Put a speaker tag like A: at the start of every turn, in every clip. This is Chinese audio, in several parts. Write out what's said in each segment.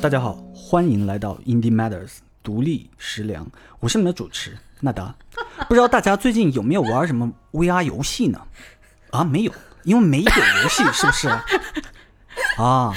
A: 大家好，欢迎来到 Indie Matters 独立食粮，我是你们的主持纳达。 不知道大家最近有没有玩什么 VR 游戏呢？啊，没有，因为没有游戏，是不是？ 啊，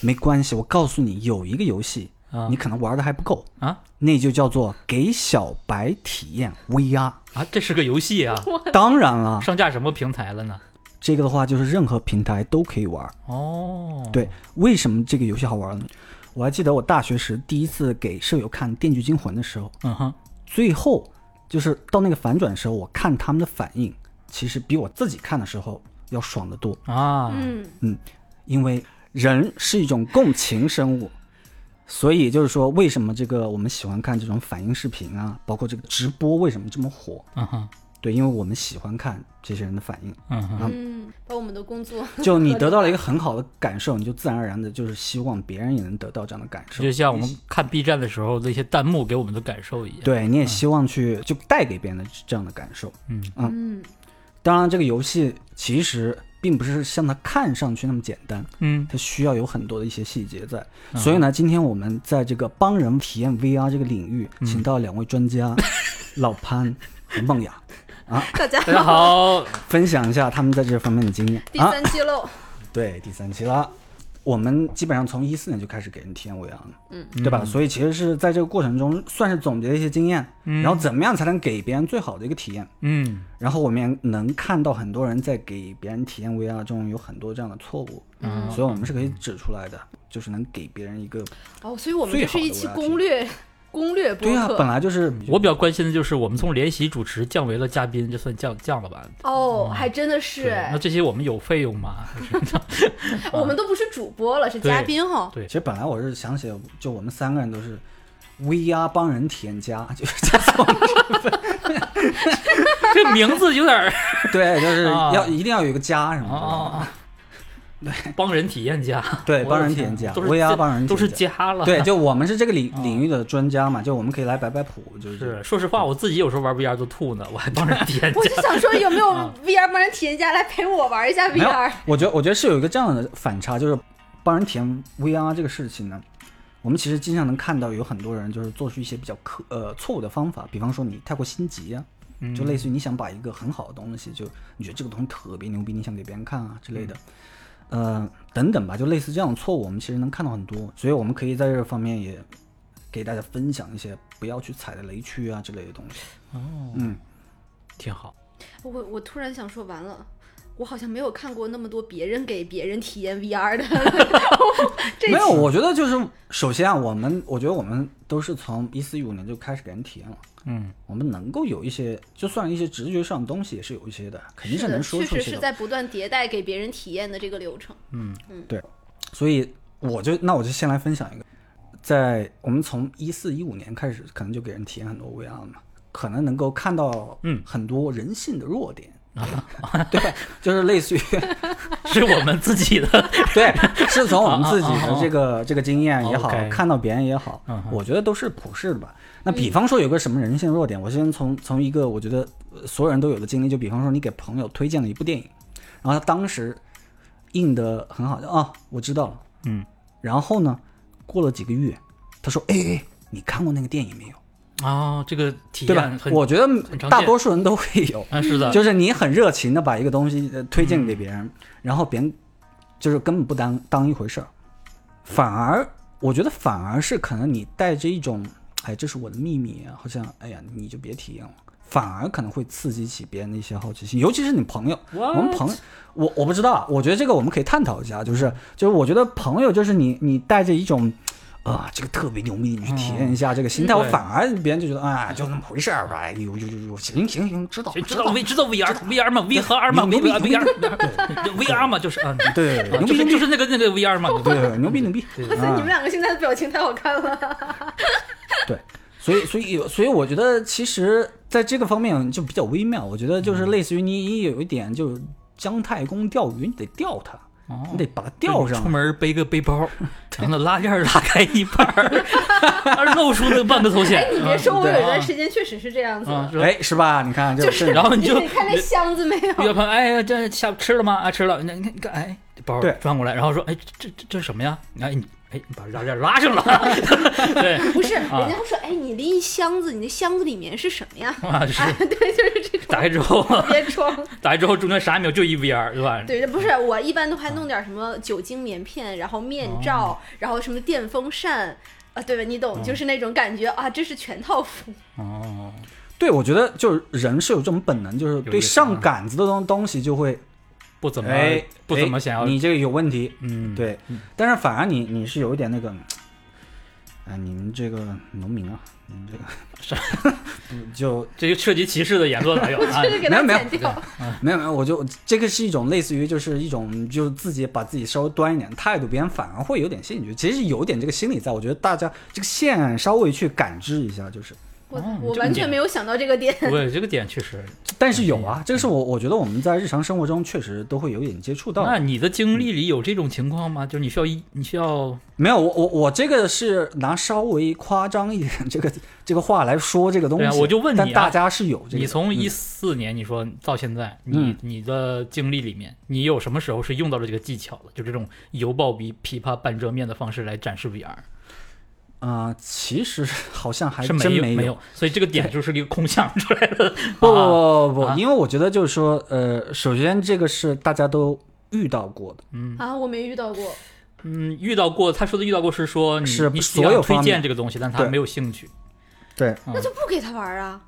A: 没关系，我告诉你，有一个游戏
B: 啊，
A: 你可能玩的还不够，
B: 啊
A: 那就叫做给小白体验 VR。
B: 啊，这是个游戏啊，
A: 当然了，
B: 上架什么平台了呢？
A: 这个的话就是任何平台都可以玩。
B: 哦，
A: 对，为什么这个游戏好玩呢？我还记得我大学时第一次给舍友看《电锯惊魂》的时候，
B: 嗯哼，
A: 最后就是到那个反转的时候，我看他们的反应，其实比我自己看的时候要爽得多。
B: 啊，
C: 嗯，
A: 因为人是一种共情生物，所以就是说，为什么这个我们喜欢看这种反应视频啊，包括这个直播为什么这么火？
B: 嗯哼，
A: 对，因为我们喜欢看这些人的 反应。
B: 嗯
A: 啊
B: 哼，
C: 嗯，把我们的工作
A: 就你得到了一个很好的感受，你就自然而然的就是希望别人也能得到这样的感受
B: 就。像我们看 B 站的时候那些弹幕给我们的感受一样。
A: 对，你也希望去就带给别人的这样的感受。
B: 嗯
C: 嗯
A: 当然，这个游戏其实并不是像它看上去那么简单，
B: 嗯，
A: 它需要有很多的一些细节在。
B: 嗯
A: 所以呢，今天我们在这个帮人体验 VR 这个领域，
B: 嗯
A: 请到两位专 家，老潘和梦雅，
C: 大家
A: 哎
B: 大家好，
A: 分享一下他们在这方面的经验。
C: 第
A: 啊，
C: 三期喽，
A: 对，第三期了。我们基本上从一四年就开始给人体验 VR 了，
C: 嗯，
A: 对吧？所以其实是在这个过程中，算是总结了一些经验，
B: 嗯
A: 然后怎么样才能给别人最好的一个体验？
B: 嗯
A: 然后我们也能看到很多人在给别人体验 VR 中有很多这样的错误，
B: 嗯
A: 所以我们是可以指出来的，就是能给别人一个
C: 哦，所以我们
A: 最
C: 这
A: 好的
C: 是一期
A: 我要听
C: 攻略攻略播
A: 对啊，本
C: 客
A: 来就是
B: 我比较关心的就是我们从联席主持降为了嘉宾，这算降降了吧？
C: 哦，还真的是
B: 对，那
C: 哎，
B: 这些我们有费用 吗？
C: 我们都不是主播了，是嘉
B: 对
C: 宾哈。
A: 其实本来我是想写，就我们三个人都是 VR 帮人体验家， 就是这种
B: 这名字有点 儿
A: 对，就是
B: 啊
A: 要一定要有一个家什
B: 哦
A: 么
B: 哦，哦帮人体验家，
A: 的，对，
B: 我的
A: 帮人体
B: 天
A: 验家
B: 都是
A: ，VR
B: 这
A: 帮人体验
B: 都是
A: 家
B: 家了。
A: 对，就我们是这个领
B: 啊
A: 领域的专家嘛，就我们可以来摆摆谱，就是
B: 是，说实话，我自己有时候玩 VR 都吐呢，我还帮 人体验
C: 我就
B: 家。
C: 想说，有没有
B: 啊
C: VR 帮人体验家来陪我玩一下
A: 没有
C: VR？
A: 我觉得，我觉得是有一个这样的反差，就是帮人体验 VR 这个事情呢，我们其实经常能看到有很多人就是做出一些比较可呃错误的方法，比方说你太过心急啊，
B: 嗯
A: 就类似于你想把一个很好的东西，就你觉得这个东西特别牛逼，你想给别人看啊之类的，呃等等吧，就类似这样的错误，我们其实能看到很多，所以我们可以在这方面也给大家分享一些不要去踩的雷区啊之类的东西。
B: 哦，
A: 嗯，
B: 挺好。
C: 我我突然想说，完了。我好像没有看过那么多别人给别人体验 VR 的， 这
A: 没有，我觉得就是首先啊，我们我觉得我们都是从一四一五年就开始给人体验了，
B: 嗯，
A: 我们能够有一些，就算一些直觉上的东西也是有一些的，肯定
C: 是
A: 是
C: 的，
A: 能说
C: 确
A: 出
C: 实
A: 去
C: 是
A: 的。
C: 在不断迭代给别人体验的这个流程。
A: 所以我就那我就先来分享一个，在我们从一四一五年开始，可能就给人体验很多 VR 了嘛，可能能够看到
B: 嗯
A: 很多人性的弱点。 对吧， 就是类似于
B: 是我们自己的。
A: 对，是从我们自己
B: 啊啊
A: 的
B: 啊
A: 这个这个经验也好，
B: OK
A: 看到别人也好
B: 嗯，哼嗯
A: 我觉得都是普世的吧。那比方说有个什么人性弱点，我先从从一个我觉得呃所有人都有的经历，就比方说你给朋友推荐了一部电影，然后他当时印的很好，啊，我知道了，
B: 嗯，
A: 然后呢，过了几个月，他说，哎哎，你看过那个电影没有？
B: 哦，这个体
A: 对吧
B: 验？很
A: 我觉
B: 很
A: 得
B: 常见
A: 大多数人都会有，
B: 啊，是的，
A: 就是你很热情的把一个东西呃推荐给别人，然后别人就是根本不当当一回事儿，反而我觉得反而是可能你带着一种哎这是我的秘密啊，好像哎呀你就别体验了。反而可能会刺激起别人的一些好奇 心，尤其是你朋友。
B: What？
A: 我们朋友，嗯我我不知道，我觉得这个我们可以探讨一下，就是就是我觉得朋友就是你你带着一种，啊、这个特别牛逼，你去体验一下这个心态，
B: 嗯
A: 我
B: 对
A: 反而别人就觉得啊就那么回事儿吧，哎呦呦呦呦，行行行，知道
B: 谁
A: 知
B: 知道 V 知道 VR VR 嘛，V 和 R 嘛
A: 牛逼
B: ，VR
A: 牛逼
B: VR VR 嘛，就是啊，
A: 对，
B: 啊
A: 牛
B: 就
A: 逼
B: 是
A: 牛
B: 就
A: 逼，
B: 是那个那个 VR 嘛，
A: 对，牛逼牛逼
B: 对
C: 哇塞，你
A: 啊！
C: 们两个现在的表情太好看了。
A: 对，所以所以所以我觉得其实在这个方面就比较微妙，我觉得
B: 嗯
A: 就是类似于你你有一点就姜太公钓鱼，你得钓它，
B: 哦
A: 你得把它钓
B: 出
A: 上。
B: 门背个背包， 然后那拉链儿拉开一 半儿， 露出那半个头显
C: 哎，你别说，
A: 嗯
C: 我有
B: 对
C: 一
A: 啊
C: 段时间确实是这样子
B: 啊，
C: 的。
B: 是吧
A: 哎，是吧？你看，这
C: 就是，
B: 然后你就
C: 你看那箱子 没有？
B: 岳鹏，哎呀，这下吃了吗？啊，吃了。你看，你看，哎，这包
A: 对
B: 转过来，然后说，哎，这这这这是什么呀？哎，你哎，你把拉链拉上了， 对
C: 不是，
A: 啊
C: 人家会说，哎，你拎一箱子，你那箱子里面是什么 呀？
B: 啊，就是
C: 啊， 对，就是这
B: 打开
C: 种
B: 之后，
C: 别装。
B: 打开之后中间啥也没有，就一 VR 对吧？
C: 对，不是，我一般都还弄点什么酒精棉片，然后面罩，
A: 哦
C: 然后什么电风扇。啊，对吧？你懂，就是那种感觉啊，这是全套服。
B: 哦，
A: 对，我觉得就是人是有这种本能，就是
B: 有
A: 对
B: 意思啊
A: 上杆子的东东西就会
B: 不怎么
A: 哎
B: 不怎么想
A: 哎
B: 要，
A: 你这个有问题，
B: 嗯，
A: 对，但是反而你你是有一点那个，哎，你们这个农民啊，你们这个
B: 是
A: 嗯 就
B: 这就涉及歧视的言论了有 啊
C: 这个给
A: 没有
C: 它
A: 哎没有
C: 剪掉，
A: 没有没有，我就这个是一种类似于就是一种就是自己把自己稍微端一点的态度，别人反而会有点兴趣，其实有点这个心理在，我觉得大家这个线稍微去感知一下，就是，
C: 我
B: 哦
C: 我
B: 这
C: 完
B: 么
C: 全
B: 点
C: 没有想到这个点。
B: 不过这个点确实。
A: 但是有
B: 嗯
A: 啊，这个是我我觉得我们在日常生活中确实都会有一点接触到的，嗯
B: 那你的经历里有这种情况吗？就是你需要一，你需要
A: 没有，我我我这个是拿稍微夸张一点这个 这个话来说这个东西。
B: 对啊我就问你啊
A: 但大家是有这个。
B: 你从
A: 嗯
B: 一四年你说到现在，
A: 嗯
B: 你你的经历里面，你有什么时候是用到了这个技巧的？就这种犹抱琵琵琶半遮面的方式来展示 VR，
A: 啊、其实好像还
B: 是
A: 真
B: 没
A: 有。
B: 没有，所以这个点就是一个空想出来的。
A: 不
B: 啊，
A: 不不不不，
B: 啊
A: 因为我觉得就是说，呃，首先这个是大家都遇到过的，
C: 啊，我没遇到过。
B: 嗯，遇到过，他说的遇到过是说你
A: 是
B: 你
A: 所
B: 想
A: 有
B: 推
A: 方面
B: 荐这个东西，但他
A: 对
B: 没有兴趣。
A: 对，
C: 那就不给他玩儿啊！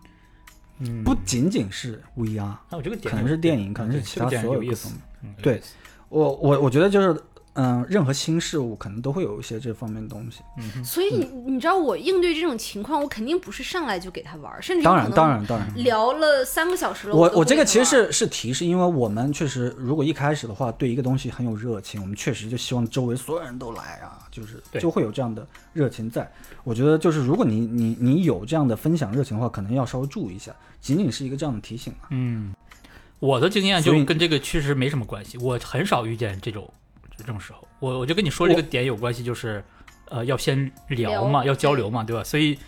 B: 嗯，
A: 不仅仅是 VR，
B: 那我这个点
A: 可能是电影，可能是
B: 对
A: 其
B: 这个
A: 他
B: 点
A: 所
B: 有
A: 有
B: 意
A: 各
B: 思
A: 方面。
B: 嗯有
A: 对
B: 意思
A: 我我我觉得就是，嗯、任何新事物可能都会有一些这方面的东西。
C: 所
A: 嗯
C: 以你你知道，我应对这种情况，我肯定不是上来就给他玩儿，甚至有
A: 当
C: 嗯可
A: 然，
C: 能
A: 当然，当然。
C: 聊了三个小时了。
A: 我
C: 我
A: 这个其实是是提示，因为我们确实，如果一开始的话，对一个东西很有热情，我们确实就希望周围所有人都来啊，就是
B: 对
A: 就会有这样的热情在。我觉得就是，如果你你你有这样的分享热情的话，可能要稍微注意一下，仅仅是一个这样的提醒啊。
B: 嗯，我的经验
A: 所
B: 就
A: 以
B: 跟这个确实没什么关系，我很少遇见这种这种时候。我我就跟你说这个点有关系，就是呃要先聊嘛，
C: 聊
B: 要交流嘛，对吧？所以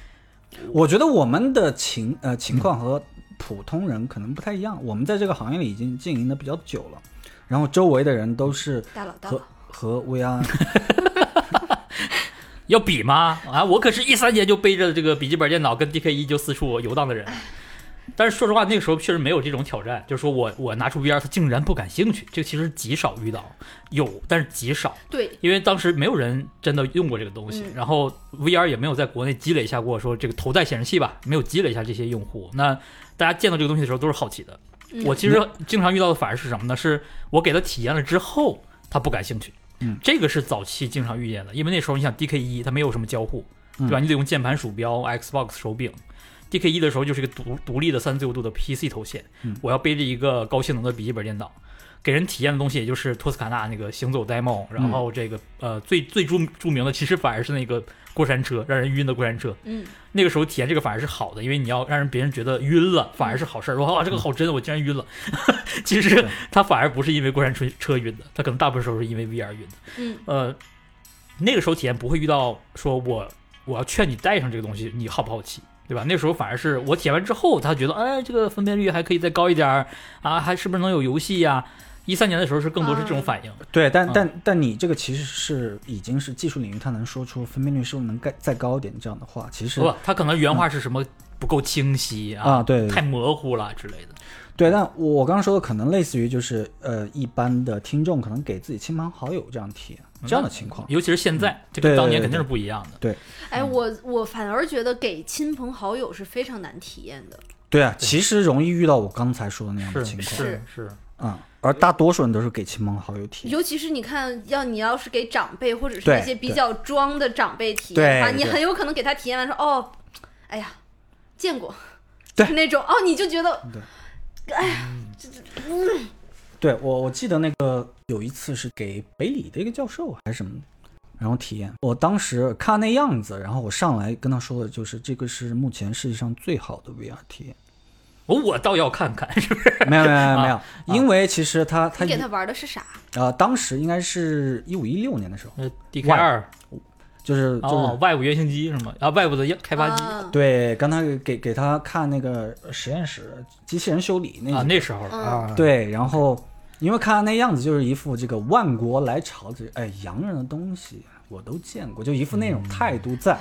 A: 我觉得我们的情呃情况和普通人可能不太一样，我们在这个行业里已经经营的比较久了，然后周围的人都是
C: 大佬大佬
A: 和，和 VR
B: 要比吗？啊，我可是一三年就背着这个笔记本电脑跟 DK 一就四处游荡的人。但是说实话，那个时候确实没有这种挑战，就是说我我拿出 VR，他竟然不感兴趣，这个其实极少遇到，有但是极少。
C: 对，
B: 因为当时没有人真的用过这个东西，
C: 嗯
B: 然后 VR 也没有在国内积累一下过，说这个头戴显示器吧，没有积累一下这些用户。那大家见到这个东西的时候都是好奇的。
C: 嗯
B: 我其实经常遇到的反而是什么呢？是我给他体验了之后，他不感兴趣。
A: 嗯，
B: 这个是早期经常遇见的，因为那时候你想 DK 一它没有什么交互，
A: 嗯
B: 对吧？你得用键盘、鼠标、Xbox 手柄。DK 一的时候就是一个独独立的三自由度的 PC 头显，
A: 嗯
B: 我要背着一个高性能的笔记本电脑，给人体验的东西也就是托斯卡纳那个行走 demo，然后这个、呃最最著著名的其实反而是那个过山车，让人晕的过山车。
C: 嗯，
B: 那个时候体验这个反而是好的，因为你要让人别人觉得晕了，反而是好事儿。哇，这个好真，我竟然晕了。 其实他反而不是因为过山车车晕的，他可能大部分时候是因为 VR 晕的。
C: 嗯，
B: 呃，那个时候体验不会遇到说我我要劝你戴上这个东西，你好不好奇，对吧？那时候反而是我体验完之后，他觉得哎，这个分辨率还可以再高一点儿啊，还是不是能有游戏呀、一三年的时候是更多是这
A: 啊
B: 种反应，
A: 对，但
B: 嗯
A: 但但你这个其实是已经是技术领域，它能说出分辨率是不是能盖再高一点这样的话，其实
B: 不，他可能原话是什么不够清晰
A: 啊，对
B: 太模糊了之类的。
A: 对，但我我刚刚说的可能类似于就是呃，一般的听众可能给自己亲朋好友这样体验这样的情况，
B: 尤其是现在，这个
A: 啊对
B: 当年
A: 对
B: 肯定是不一样的。
C: 哎，我我反而觉得给亲朋好友是非常难体验的。
A: 对啊，其实容易遇到我刚才说的那样的
B: 是
A: 情况，
B: 是是，
A: 嗯，而大多数人都是给亲朋好友体验，
C: 尤其是你看，要你要是给长辈或者是
A: 对
C: 那些比较装的长辈体验的话，
A: 对
C: 你
A: 对
C: 很有可能给他体验完说，哦，哎呀，见过，
A: 对
C: 就是那种哦，你就觉得
A: 对，
C: 哎呀，
A: 对我我记得那个有一次是给北理的一个教授还是什么的，然后体验。我当时看那样子，然后我上来跟他说的就是这个是目前世界上最好的 VR 体验。
B: 我我倒要看看，是不是？
A: 没有没有没有没
B: 啊
A: 有，因为其实他他
C: 你给
A: 一
C: 他玩的是啥？
A: 呃当时应该是一五一六年的时候，
B: 呃，DK
A: 外
B: 二
A: 就是就是、
B: 哦，外部原型机是吗？啊，外部的开发机
C: 啊
A: 对，刚才给给他看那个实验室机器人修理那
B: 啊，
A: 个
B: 那时候
C: 嗯
B: 啊，
A: 对，然后因为看他那样子，就是一副这个万国来朝这哎洋人的东西，我都见过，就一副那种态度在，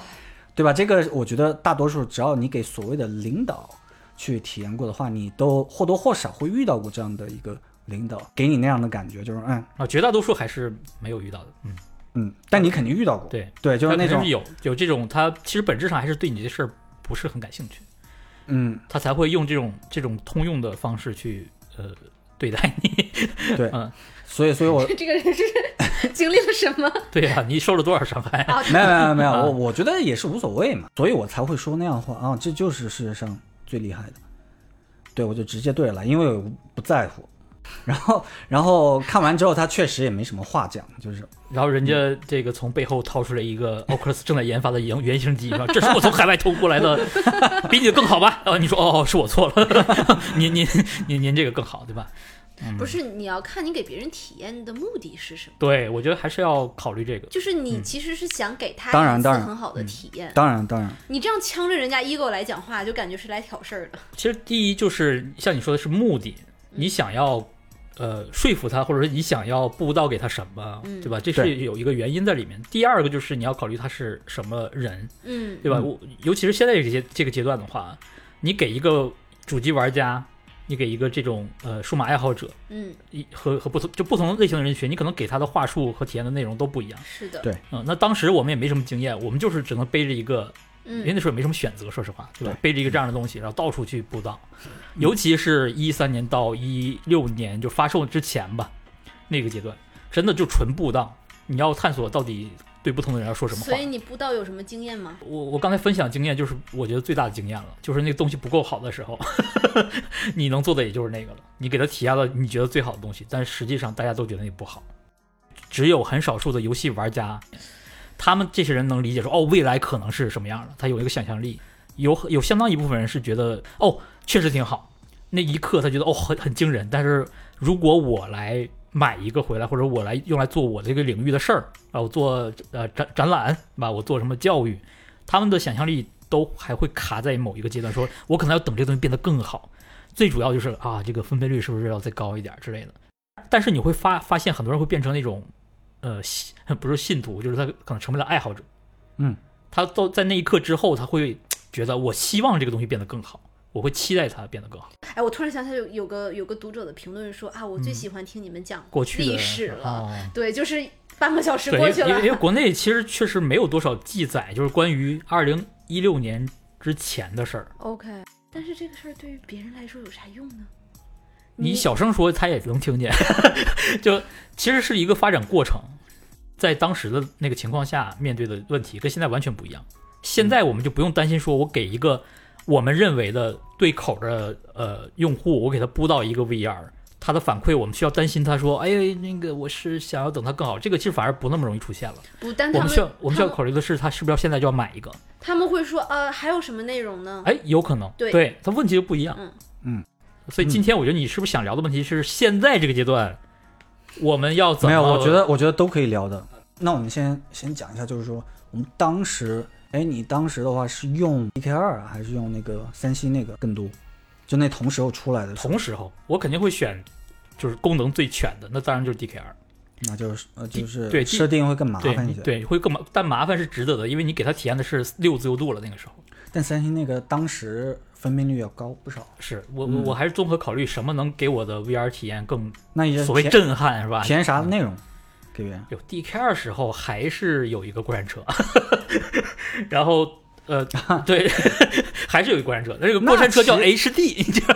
A: 对吧？这个我觉得大多数只要你给所谓的领导去体验过的话，你都或多或少会遇到过这样的一个领导，给你那样的感觉，就是嗯
B: 啊，绝大多数还是没有遇到的。嗯，
A: 嗯，但你肯定遇到过，
B: 对，
A: 对，就是
B: 他
A: 那
B: 肯定
A: 种
B: 是有有这种，他其实本质上还是对你这事儿不是很感兴趣，
A: 嗯，
B: 他才会用这种这种通用的方式去呃对待你。
A: 对
B: 嗯，
A: 所以所以我
C: 这个人 是经历了什么？
B: 对呀、你受了多少伤害？
C: 啊，
A: 没有没有没有，
B: 啊
A: 我我觉得也是无所谓嘛，所以我才会说那样的话啊，这就是世界上最厉害的。对，我就直接对了，因为我不在乎。 然后，然后看完之后，他确实也没什么话讲，就是
B: 然后人家这个从背后掏出来一个 Oculus 正在研发的原原型机，说这是我从海外偷过来的， 比你的更好吧？然后你说哦，是我错了， 您您您您这个更好，对吧？
C: 不是，你要看你给别人体验的目的是什么。
B: 对，我觉得还是要考虑这个。
C: 就是你其实是想给他
A: 嗯当然
C: 一次
A: 当然嗯
C: 很好的体验，
A: 当然当然，
C: 你这样呛着人家 ego 来讲话，就感觉是来挑事儿的。
B: 其实第一就是像你说的是目的，你想要呃说服他，或者说你想要布道给他什么，
C: 嗯
B: 对吧？这
A: 对
B: 是有一个原因在里面。第二个就是你要考虑他是什么人，
C: 嗯，
B: 对吧？
A: 嗯
B: 我尤其是现在这个阶这个阶段的话，你给一个主机玩家，你给一个这种呃数码爱好者，
C: 嗯，
B: 一和和不同就不同类型的人群，你可能给他的话术和体验的内容都不一样。
C: 是的，
A: 对
B: 嗯，那当时我们也没什么经验，我们就是只能背着一个因为
C: 嗯，
B: 那时候也没什么选择，说实话，对
A: 对
B: 吧？
A: 嗯
B: 背着一个这样的东西，然后到处去布道，尤其是一三年到一六年就发售之前吧，那个阶段，真的就纯布道，你要探索到底对不同的人要说什么话
C: 所。以你布道有什么经验吗？
B: 我我刚才分享经验，就是我觉得最大的经验了，就是那个东西不够好的时候， 你能做的也就是那个了。你给他体验了你觉得最好的东西，但实际上大家都觉得你不好，只有很少数的游戏玩家，他们这些人能理解说，哦，未来可能是什么样的，他有一个想象力，有有相当一部分人是觉得，哦，确实挺好，那一刻他觉得哦很很惊人，但是如果我来。买一个回来，或者我来用来做我这个领域的事儿啊，我做呃展展览，对吧？我做什么教育，他们的想象力都还会卡在某一个阶段，说我可能要等这个东西变得更好。最主要就是啊，这个分辨率是不是要再高一点之类的。但是你会发发现，很多人会变成那种，呃，信不是信徒，就是他可能成为了爱好者。
A: 嗯，
B: 他到在那一刻之后，他会觉得我希望这个东西变得更好，我会期待它变得更好。
C: 哎，我突然想起来有有个有个读者的评论说啊，我最喜欢听你们讲
B: 过去的
C: 历史了，
B: 哦
C: 对，就是半个小时
B: 对，
C: 过去
B: 因为因为因
C: 了，
B: 为国内其实确实没有多少记载，就是关于二零一六年之前的事儿。
C: OK，但是这个事儿对于别人来说有啥用呢？嗯
B: 你小声说，他也能听见。 就其实是一个发展过程，在当时的那个情况下面对的问题，跟现在完全不一样。现在我们就不用担心说，我给一个我们认为的对口的呃用户，我给他布到一个 VR，他的反馈我们需要担心，他说，哎呀，那个我是想要等他更好，这个其实反而不那么容易出现了。
C: 不，但
B: 我
C: 他
B: 们
C: 们
B: 需要我们需要
C: 他
B: 考虑的是，他是不是要现在就要买一个？
C: 他们会说呃，还有什么内容呢？
B: 哎，有可能，
C: 啊对
B: 它问题就不一样。
C: 嗯
A: 嗯，
B: 所以今天我觉得你是不是想聊的问题是现在这个阶段我们要怎
A: 没
B: 么？
A: 有，我觉得我觉得都可以聊的。那我们先先讲一下，就是说我们当时，哎，你当时的话是用 DK 二还是用那个三星那个更多？就那同时候出来的时候，
B: 同时候，我肯定会选就是功能最全的，那当然就是 DK 二。
A: 那就是呃就
B: 对
A: 是
B: 第
A: 设定会更麻
B: 对
A: 烦一些。
B: 对，会更麻，但麻烦是值得的，因为你给他体验的是六自由度了。那个时候
A: 但三星那个当时分辨率要高不少，
B: 是我、
A: 嗯
B: 我还是综合考虑什么能给我的 VR 体验更
A: 那也
B: 所谓嗯
A: 填
B: 震撼是吧？
A: 填啥内容给别人？
B: 有 DK 二时候还是有一个过山车， 然后呃，对， 还是有一个过山车，那这个过山车叫
A: 啊那
B: HD，你 知道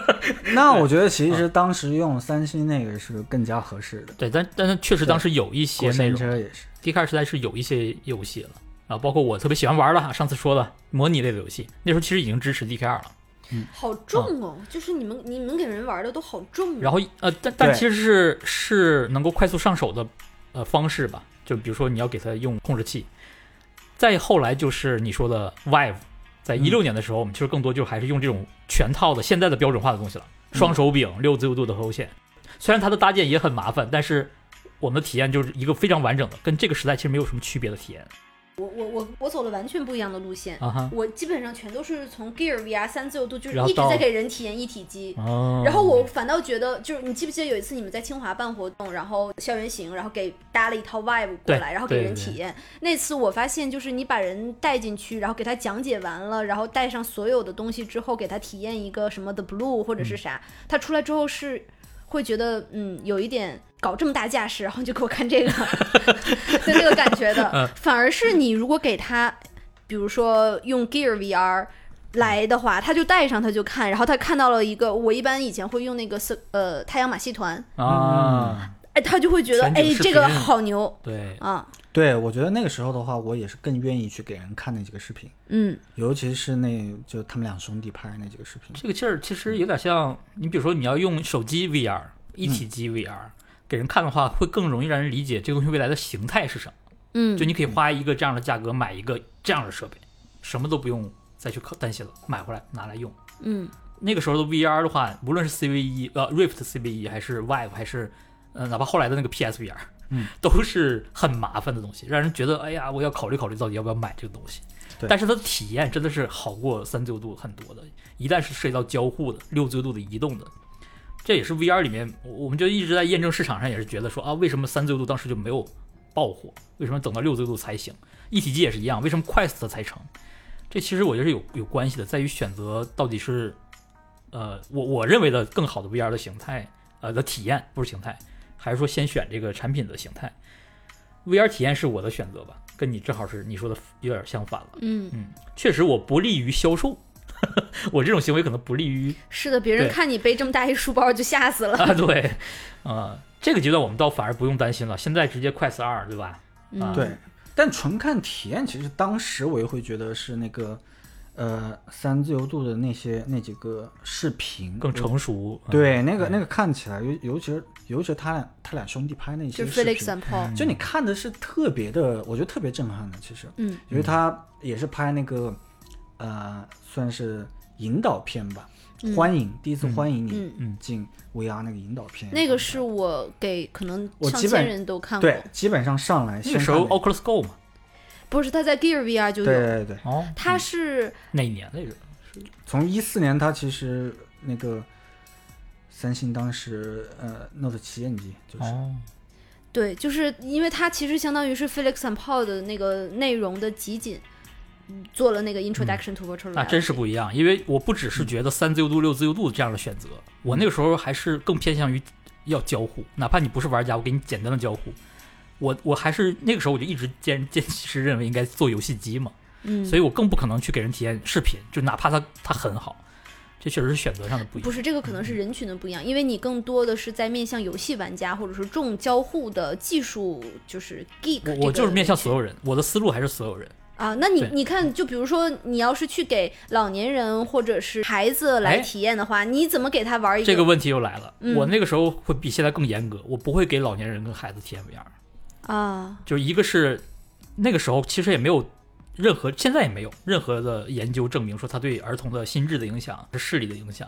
A: 那我觉得其
B: 嗯
A: 实当时用三星那个是更加合适的，
B: 对，但但是确实当时有一些
A: 过
B: 内
A: 山
B: 容
A: 车也是。
B: ，DK 二时代是有一些游戏了啊，包括我特别喜欢玩了，上次说了模拟类的游戏，那时候其实已经支持 DK 二了。哎
C: 好重哦，就是你们你们给人玩的都好重、哦。
B: 然后呃，但但
A: 对
B: 其实是是能够快速上手的呃方式吧，就比如说你要给它用控制器，再后来就是你说的 Vive，在一六年的时候，我们其实更多就还是用这种全套的现在的标准化的东西了，双手柄、六自由度的头显，虽然它的搭建也很麻烦，但是我们的体验就是一个非常完整的，跟这个时代其实没有什么区别的体验。
C: 我我我我走了完全不一样的路线，
B: 啊哈，
C: 我基本上全都是从 Gear VR 三自由度，就是
B: 然后
C: 一直
B: 到
C: 在给人体验一体机。
B: 哦，
C: 然后我反倒觉得，就是你记不记得有一次你们在清华办活动，然后校园行，然后给搭了一套 Vive 过
B: 对
C: 来，然后给
B: 对
C: 人
B: 对
C: 体验。那次我发现，就是你把人带进去，然后给他讲解完了，然后带上所有的东西之后，给他体验一个什么 The Blue 或者是啥，他出来之后是会觉得，嗯，有一点搞这么大架势，然后你就给我看这个， 就那个感觉的。 反而是你如果给他，比如说用 Gear VR。来的话，他就带上，他就看，然后他看到了一个，我一般以前会用那个色呃太阳马戏团，
B: 啊，
C: 哎，他就会觉得
B: 全景
C: 哎
B: 视
C: 这个
B: 频
C: 好牛
B: 对，
C: 啊，
A: 嗯对，我觉得那个时候的话，我也是更愿意去给人看那几个视频，
C: 嗯
A: 尤其是那就他们俩兄弟拍的那几个视频。
B: 这个劲儿其实有点像你，比如说你要用手机 VR 一体机 VR。给人看的话，会更容易让人理解这个东西未来的形态是什么。
C: 嗯
B: 就，你可以花一个这样的价格买一个这样的设备，什么都不用再去考担心了，买回来拿来用。
C: 嗯
B: 那个时候的 VR 的话，无论是 CV 一呃 Rift CV 一还是 Vive 还是呃哪怕后来的那个 PSVR，
A: 嗯，
B: 都是很麻烦的东西，让人觉得哎呀，我要考虑考虑到底要不要买这个东西。
A: 对
B: 但是它的体验真的是好过三自由度很多的，一旦是涉及到交互的、六自由度的移动的，这也是 VR 里面我我们就一直在验证市场上也是觉得说啊，为什么三自由度当时就没有爆火？为什么等到六自由度才行？一体机也是一样，为什么 Quest 才成？这其实我觉得是有有关系的，在于选择到底是呃，我我认为的更好的 VR 的形态，呃的体验不是形态，还是说先选这个产品的形态？VR 体验是我的选择吧，跟你正好是你说的有点相反了。
C: 嗯，
B: 确实，我不利于销售， 我这种行为可能不利 于
C: 是的，别人
B: 对
C: 看你背这么大一书包就吓死了，
B: 啊，对，啊、这个阶段我们倒反而不用担心了，现在直接快 u 二，对吧？啊
C: 嗯，
A: 对，但纯看体验，其实当时我也会觉得是那个，呃，三自由度的那些那几个视频
B: 更
A: 成。
B: 成熟，嗯
A: 对，那个那个看起来，尤尤其是尤其是他俩他俩兄弟拍那
C: 就
A: 些
C: 是
A: 视
C: Felix 啊
A: 频，
C: and
B: 嗯
C: Paul，
A: 就你看的是特别的，我觉得特别震撼的。其实，
C: 嗯，
A: 因为他也是拍那个，呃，算是引导片吧，
C: 嗯
A: 欢迎第一次欢迎
C: 嗯
A: 你进 VR 那个引导片，
C: 那个是我给可能
A: 我
C: 上
A: 基本
C: 千人都看过，
A: 对，基本上上来
B: 那
A: 先
B: 个时候
A: 看那
B: Oculus Go 嘛，
C: 不是他在 Gear VR 就
A: 对
C: 有，
A: 对对，
B: 哦，
C: 他是
B: 哪一年来着？
A: 从一四年他其实那个三星当时呃 Note 旗舰机就是。
B: 哦，
C: 对，就是因为它其实相当于是 Felix and Paul 的那个内容的集锦，嗯做了那个 Introduction to Virtual Reality、
B: 那真啊是不一样，因为我不只是觉得三自由度、六自由度这样的选择，我那个时候还是更偏向于要交互，哪怕你不是玩家，我给你简单的交互。我我还是那个时候我就一直坚坚持认为应该做游戏机嘛，
C: 嗯，
B: 所以我更不可能去给人体验视频，就哪怕它它很好，这确实是选择上的不一
C: 不
B: 样。
C: 是这个可能是人群的不一样，因为你更多的是在面向游戏玩家或者是重交互的技术，就是 geek 这
B: 我
C: 个。
B: 我就是面向所有人，我的思路还是所有人。
C: 啊，那你
B: 对
C: 你看，就比如说你要是去给老年人或者是孩子来
B: 哎
C: 体验的话，你怎么给他玩一
B: 这个问题又来了，
C: 嗯
B: 我那个时候会比现在更严格，我不会给老年人跟孩子体验 VR。
C: 啊？
B: 就是一个是那个时候其实也没有任何，现在也没有任何的研究证明说它对儿童的心智的影响、视力的影响。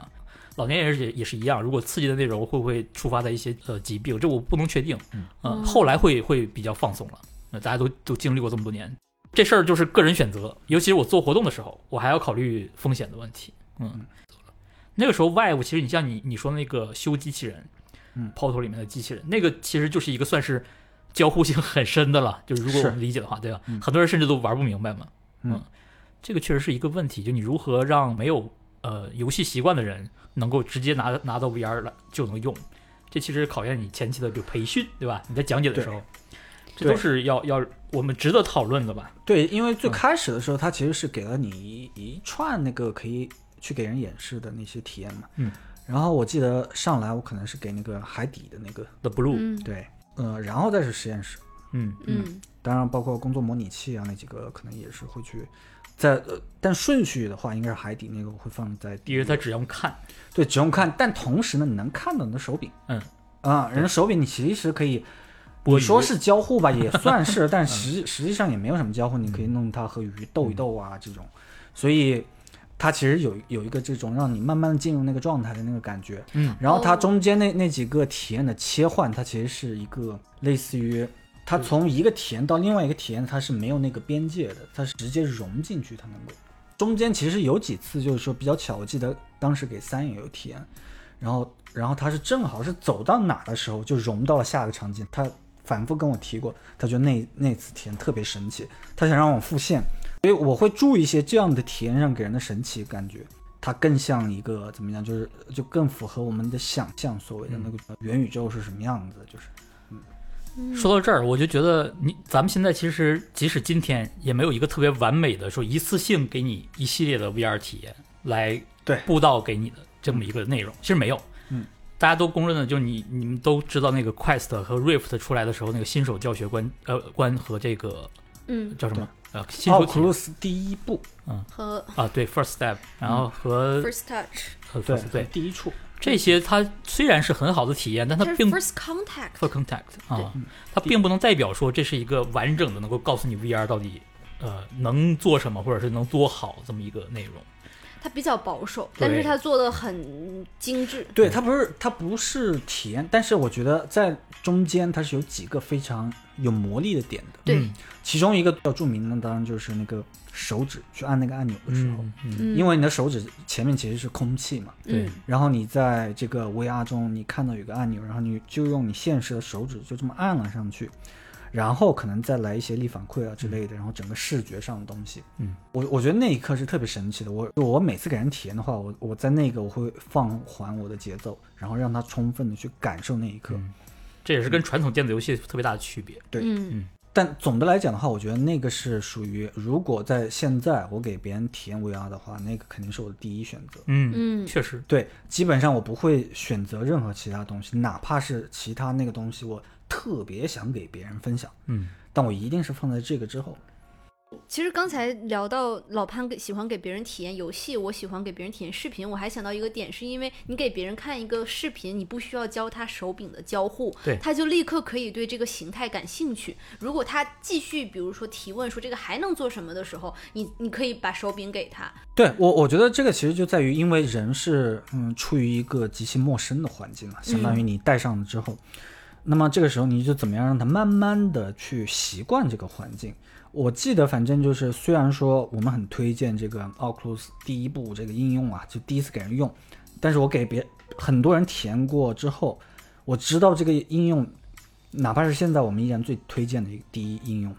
B: 老年人也也是一样，如果刺激的内容会不会触发的一些呃疾病，这我不能确定。嗯，
C: 哦
B: 后来会会比较放松了。呃大家都都经历过这么多年，这事儿就是个人选择。尤其是我做活动的时候，我还要考虑风险的问题。嗯，那个时候 Vive 其实你像你你说那个修机器人，
A: 嗯
B: ，Portal 里面的机器人，那个其实就是一个算是交互性很深的了。 就是如果
A: 是
B: 我们理解的话，对吧？
A: 嗯
B: 很多人甚至都玩不明白嘛。
A: 嗯
B: 这个确实是一个问题，就你如何让没有呃游戏习惯的人能够直接拿拿到 VR 来就能用，这其实考验你前期的就培训，对吧？你在讲解的时候，这都
A: 对
B: 是要要我们值得讨论的吧？
A: 对，因为最
B: 嗯
A: 开始的时候，它其实是给了你一一串那个可以去给人演示的那些体验嘛。
B: 嗯。
A: 然后我记得上来我可能是给那个海底的那个，
B: The Blue，
C: 嗯
A: 对，呃，然后再是实验室，
B: 嗯
C: 嗯
A: 当然包括工作模拟器啊那几个，可能也是会去在，呃，但顺序的话应该是海底那个我会放在第
B: 因
A: 一
B: 为
A: 个。
B: 他只用看，
A: 对，只用看，但同时呢，你能看到你的手柄。
B: 嗯。
A: 啊，人家手柄你其实可以，
B: 拨
A: 你
B: 鱼
A: 说是交互吧，也算是，但实际实际上也没有什么交互，你可以弄它和鱼斗一斗啊这种，所以它其实有有一个这种让你慢慢的进入那个状态的那个感觉，
B: 嗯，
A: 然后它
C: 哦
A: 中间那那几个体验的切换，它其实是一个类似于它从一个体验到另外一个体验，它是没有那个边界的，它是直接融进去，它能够。中间其实有几次就是说比较巧，我记得当时给三也有体验，然后然后他是正好是走到哪的时候就融到了下一个场景，他反复跟我提过，他觉得那那次体验特别神奇，他想让我复现，所以我会注意一些这样的体验上给人的神奇感觉。它更像一个怎么样，就是就更符合我们的想象，所谓的那个
B: 嗯
A: 呃元宇宙是什么样子，就是
B: 说到这儿，我就觉得你咱们现在其实即使今天也没有一个特别完美的说一次性给你一系列的 VR 体验来
A: 对
B: 布道给你的这么一个内容，其实没有。
A: 嗯，
B: 大家都公认的，就是你你们都知道那个 Quest 和 Rift 出来的时候，那个新手教学观呃观和这个
C: 嗯，
B: 叫什么呃新
A: 奥
B: 手体
A: 库
B: 验
A: 鲁斯第一部，
C: 和
B: 啊对 First Step，然后和
C: first touch，
B: 和
A: 嗯对
B: First 对
A: 第一处，
B: 这些，它虽然是很好的体验，但它
C: 这是
B: 并
C: first contact，
B: for contact
C: 对
B: 啊，它并不能代表说这是一个完整的能够告诉你 VR 到底呃能做什么，或者是能多好这么一个内容。
C: 它比较保守，
B: 对
C: 但是它做的很精致。
A: 对它不是它不是体验，但是我觉得在中间它是有几个非常有魔力的点的，
C: 对
B: 嗯
A: 其中一个比较著名的当然就是那个手指去按那个按钮的时候，
B: 嗯嗯
C: 嗯，
A: 因为你的手指前面其实是空气嘛，
B: 对
C: 嗯
A: 然后你在这个 VR 中，你看到有个按钮，然后你就用你现实的手指就这么按了上去，然后可能再来一些力反馈啊之类的，然后整个视觉上的东西，
B: 嗯，
A: 我我觉得那一刻是特别神奇的。我我每次给人体验的话，我我在那个我会放缓我的节奏，然后让他充分的去感受那一刻。
B: 嗯这也是跟传统电子游戏特别大的区别。
A: 对
C: 嗯
A: 但总的来讲的话，我觉得那个是属于，如果在现在我给别人体验 VR 的话，那个肯定是我的第一选择。
B: 嗯，
C: 嗯
B: 确实，
A: 对，基本上我不会选择任何其他东西，哪怕是其他那个东西，我特别想给别人分享，
B: 嗯，
A: 但我一定是放在这个之后。
C: 其实刚才聊到老潘给喜欢给别人体验游戏，我喜欢给别人体验视频。我还想到一个点，是因为你给别人看一个视频，你不需要教他手柄的交互，
B: 对
C: 他就立刻可以对这个形态感兴趣。如果他继续，比如说提问说这个还能做什么的时候，你你可以把手柄给他，
A: 对我，我觉得这个其实就在于，因为人是嗯处于一个极其陌生的环境嘛，相当于你戴上了之后，那么这个时候你就怎么样让他慢慢的去习惯这个环境。我记得，反正就是，虽然说我们很推荐这个 Oculus 第一部这个应用啊，就第一次给人用，但是我给别很多人体验过之后，我知道这个应用，哪怕是现在我们依然最推荐的一个第一应用，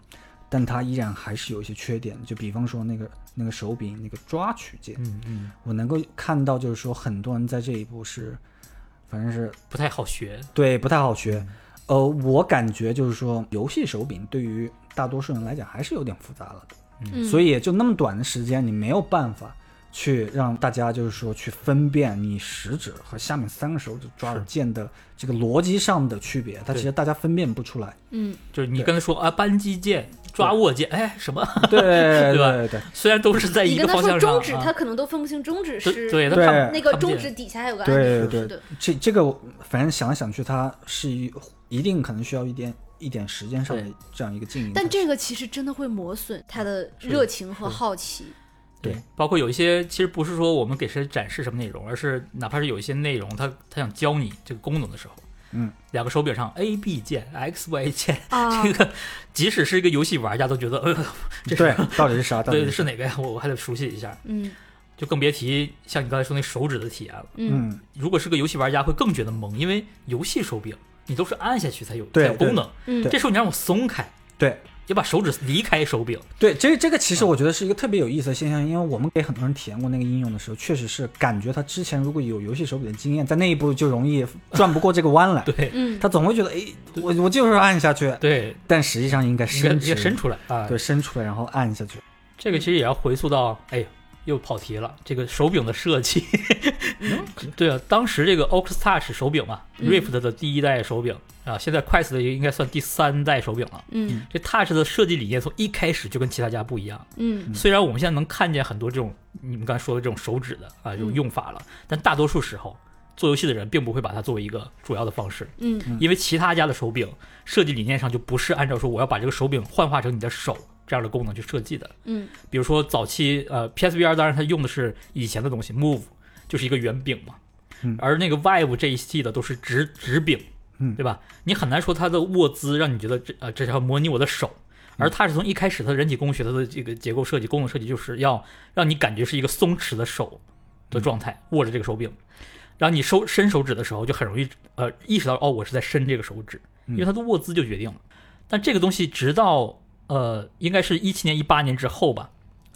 A: 但它依然还是有一些缺点，就比方说那个那个手柄那个抓取键，
B: 嗯嗯，
A: 我能够看到就是说很多人在这一步是，反正是
B: 不太好学。
A: 对不太好学。呃，我感觉就是说游戏手柄对于大多数人来讲还是有点复杂了的。
C: 嗯，
A: 所以也就那么短的时间，你没有办法去让大家就是说去分辨你食指和下面三个手指抓的
B: 是
A: 键的这个逻辑上的区别，它其实大家分辨不出来。
C: 嗯，
B: 就是你
A: 对
B: 跟他说啊，扳机键、抓握键，哎，什么？
A: 对对
B: 对吧
A: 对对
B: 虽然都是在一
C: 你
B: 个
C: 跟他
B: 方
C: 说
B: 向上
C: 中
B: 啊，
C: 指，他可能都分不清中指
B: 对
C: 是
B: 对，他
A: 对
B: 看不
C: 那个
B: 看不
C: 中
B: 见
C: 指底下还有个按钮，
A: 对
C: 是
A: 对
C: 的，
A: 这这个我反正想来想去，它是一一定可能需要一点一点时间上的
B: 对
A: 这样一个经营才
C: 但
A: 行。
C: 这个其实真的会磨损他的热情和好奇。
A: 对，
B: 包括有一些其实不是说我们给谁展示什么内容，而是哪怕是有一些内容，他他想教你这个功能的时候，
A: 嗯，
B: 两个手柄上 A B 键、X Y 键，
C: 啊
B: 这个即使是一个游戏玩家都觉得，呃，这是
A: 对到底是啥？到底
B: 对
A: 啥
B: 是哪个呀？我我还得熟悉一下，
C: 嗯
B: 就更别提像你刚才说那手指的体验了。
C: 嗯
A: 嗯，
B: 如果是个游戏玩家，会更觉得懵，因为游戏手柄你都是按下去才有才
A: 对
B: 有功能，
C: 嗯，
B: 这时候你让我松开，
A: 对。
B: 也把手指离开手柄，
A: 对，这这个其
B: 啊
A: 实我觉得是一个特别有意思的现象，因为我们给很多人体验过那个应用的时候，确实是感觉他之前如果有游戏手柄的经验，在那一步就容 易转不过这个弯来。
B: 对
C: 嗯，
A: 他总会觉得，哎，我我就是按下去，
B: 对，
A: 但实际上应该
B: 应该
A: 伸
B: 应该
A: 直，
B: 伸出来啊，
A: 对，伸出来然后按下去。
B: 这个其实也要回溯到，哎，又跑题了。这个手柄的设计， 对啊，当时这个 Oculus Touch 手柄嘛、
C: 嗯
B: r i f t 的第一代手柄啊，现在 Quest 的应该算第三代手柄了。
C: 嗯
B: 这 Touch 的设计理念从一开始就跟其他家不一样。
C: 嗯
B: 虽然我们现在能看见很多这种你们刚才说的这种手指的啊
C: 嗯
B: 这种用法了，但大多数时候做游戏的人并不会把它作为一个主要的方式，
C: 嗯
B: 因为其他家的手柄设计理念上就不是按照说我要把这个手柄幻化成你的手这样的功能去设计的。
C: 嗯
B: 比如说早期呃 PSVR，当然它用的是以前的东西，Move 就是一个圆饼嘛，
A: 嗯
B: 而那个 Vive 这一系的都是直直柄，
A: 嗯
B: 对吧？你很难说他的卧姿让你觉得这呃这是要模拟我的手，
A: 嗯
B: 而它是从一开始它的人体工学它的这个结构设计、功能设计就是要让你感觉是一个松弛的手的状态，
A: 嗯
B: 握着这个手柄，然后你收伸手指的时候就很容易呃意识到哦我是在伸这个手指，
A: 嗯
B: 因为它的握姿就决定了。但这个东西直到呃应该是一七年一八年之后吧，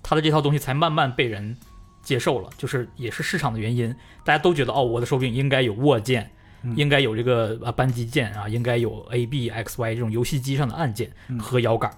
B: 它的这套东西才慢慢被人接受了，就是也是市场的原因，大家都觉得哦，我的手柄应该有握键，应该有这个啊扳机键啊，应该有 A B X Y 这种游戏机上的按键和摇杆。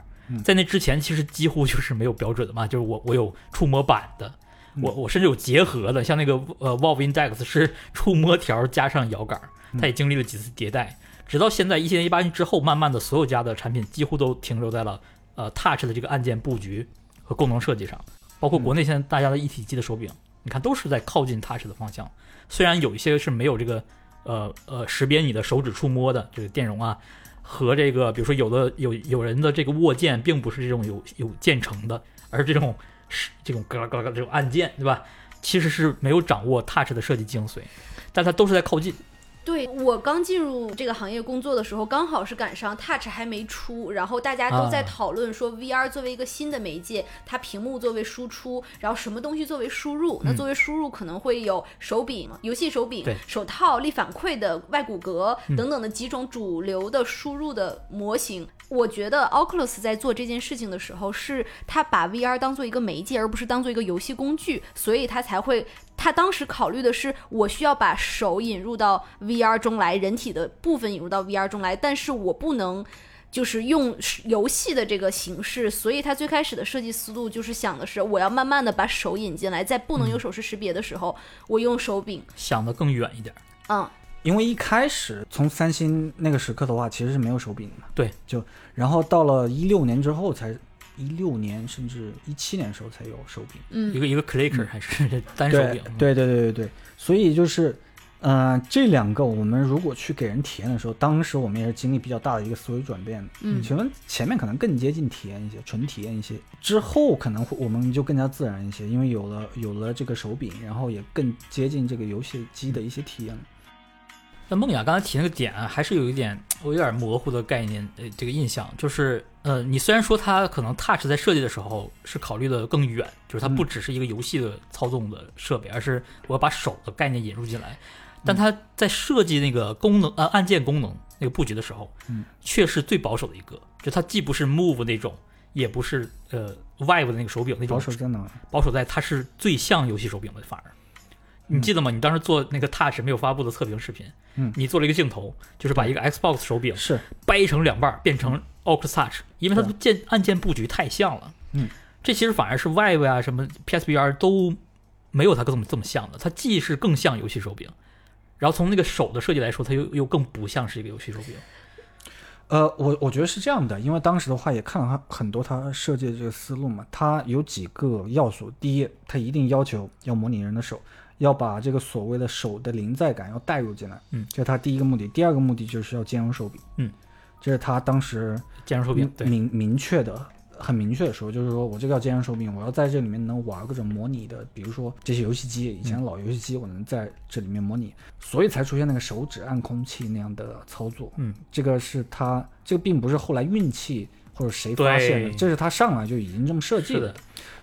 B: 在那之前，其实几乎就是没有标准的嘛，就是我我有触摸板的，我我甚至有结合的，像那个呃 Valve Index 是触摸条加上摇杆，它也经历了几次迭代，直到现在一七年一八年之后，慢慢的所有家的产品几乎都停留在了呃 Touch 的这个按键布局和功能设计上，包
A: 嗯
B: 括国内现在大家的一体机的手柄，你看都是在靠近 Touch 的方向，虽然有一些是没有这个呃呃识别你的手指触摸的这个电容啊，和这个比如说有的有有人的这个握键并不是这种有有键程的，而是这种是这种咯咯咯咯这种按键，对吧？其实是没有掌握 touch 的设计精髓，但它都是在靠近。
C: 对我刚进入这个行业工作的时候，刚好是赶上 Touch 还没出，然后大家都在
B: 啊
C: 讨论说 VR 作为一个新的媒介，它屏幕作为输出，然后什么东西作为输入？那作为输入可能会有手柄、游戏手柄
B: 对、
C: 手套、力反馈的外骨骼等等的几种主流的输入的模型。我觉得 Oculus 在做这件事情的时候，是它把 VR 当做一个媒介，而不是当做一个游戏工具，所以它才会他当时考虑的是，我需要把手引入到 VR 中来，人体的部分引入到 VR 中来，但是我不能就是用游戏的这个形式，所以他最开始的设计思路就是想的是，我要慢慢的把手引进来，在不能有手势识别的时候，我用手柄，
B: 想得更远一点，
C: 嗯，
A: 因为一开始从三星那个时刻的话，其实是没有手柄的嘛。
B: 对，
A: 就然后到了一六年之后才，一六年甚至一七年的时候才有手柄。
B: 一个一个 clicker 还是 单手
A: 嗯对
B: 柄，嗯
A: 对对对对对，所以就是，呃，这两个我们如果去给人体验的时候，当时我们也是经历比较大的一个思维转变的。
C: 嗯
A: 请问前面可能更接近体验一些，纯体验一些，之后可能会我们就更加自然一些，因为有了有了这个手柄，然后也更接近这个游戏机的一些体验了。
B: 那梦雅刚才提那个点啊，还是有一点我有点模糊的概念，呃，这个印象就是，呃，你虽然说它可能 Touch 在设计的时候是考虑的更远，就是它
A: 嗯
B: 不只是一个游戏的操纵的设备，而是我要把手的概念引入进来，
A: 嗯
B: 但它在设计那个功能呃按键功能那个布局的时候，
A: 嗯，
B: 却是最保守的一个，就它既不是 Move 那种，也不是呃 Vive 的那个手柄那种
A: 保守在哪？
B: 保守在它是最像游戏手柄的，反而。你记得吗？你当时做那个 Touch 没有发布的测评视频，
A: 嗯
B: 你做了一个镜头，就是把一个 Xbox 手柄
A: 是
B: 掰成两半儿，变成 Oculus Touch，因为它的键按键布局太像了。
A: 嗯，
B: 这其实反而是 Vive 啊，什么 PSVR 都没有它这么这么像的，它既是更像游戏手柄，然后从那个手的设计来说，它又又更不像是一个游戏手柄。
A: 呃，我我觉得是这样的，因为当时的话也看了他很多他设计的这个思路嘛，他有几个要素，第一，他一定要求要模拟人的手，要把这个所谓的手的临在感要带入进来，
B: 嗯
A: 这是他第一个目的，第二个目的就是要兼容手柄，
B: 嗯，
A: 这是他当时
B: 兼容手柄，对，
A: 明明确的。很明确的说，就是说我这个要兼容手柄，我要在这里面能玩各种模拟的，比如说这些游戏机，以前
B: 嗯
A: 老游戏机我能在这里面模拟，所以才出现那个手指按空气那样的操作。
B: 嗯，
A: 这个是他这个并不是后来运气或者谁发现的，
B: 对
A: 这是他上来就已经这么设计
B: 是的，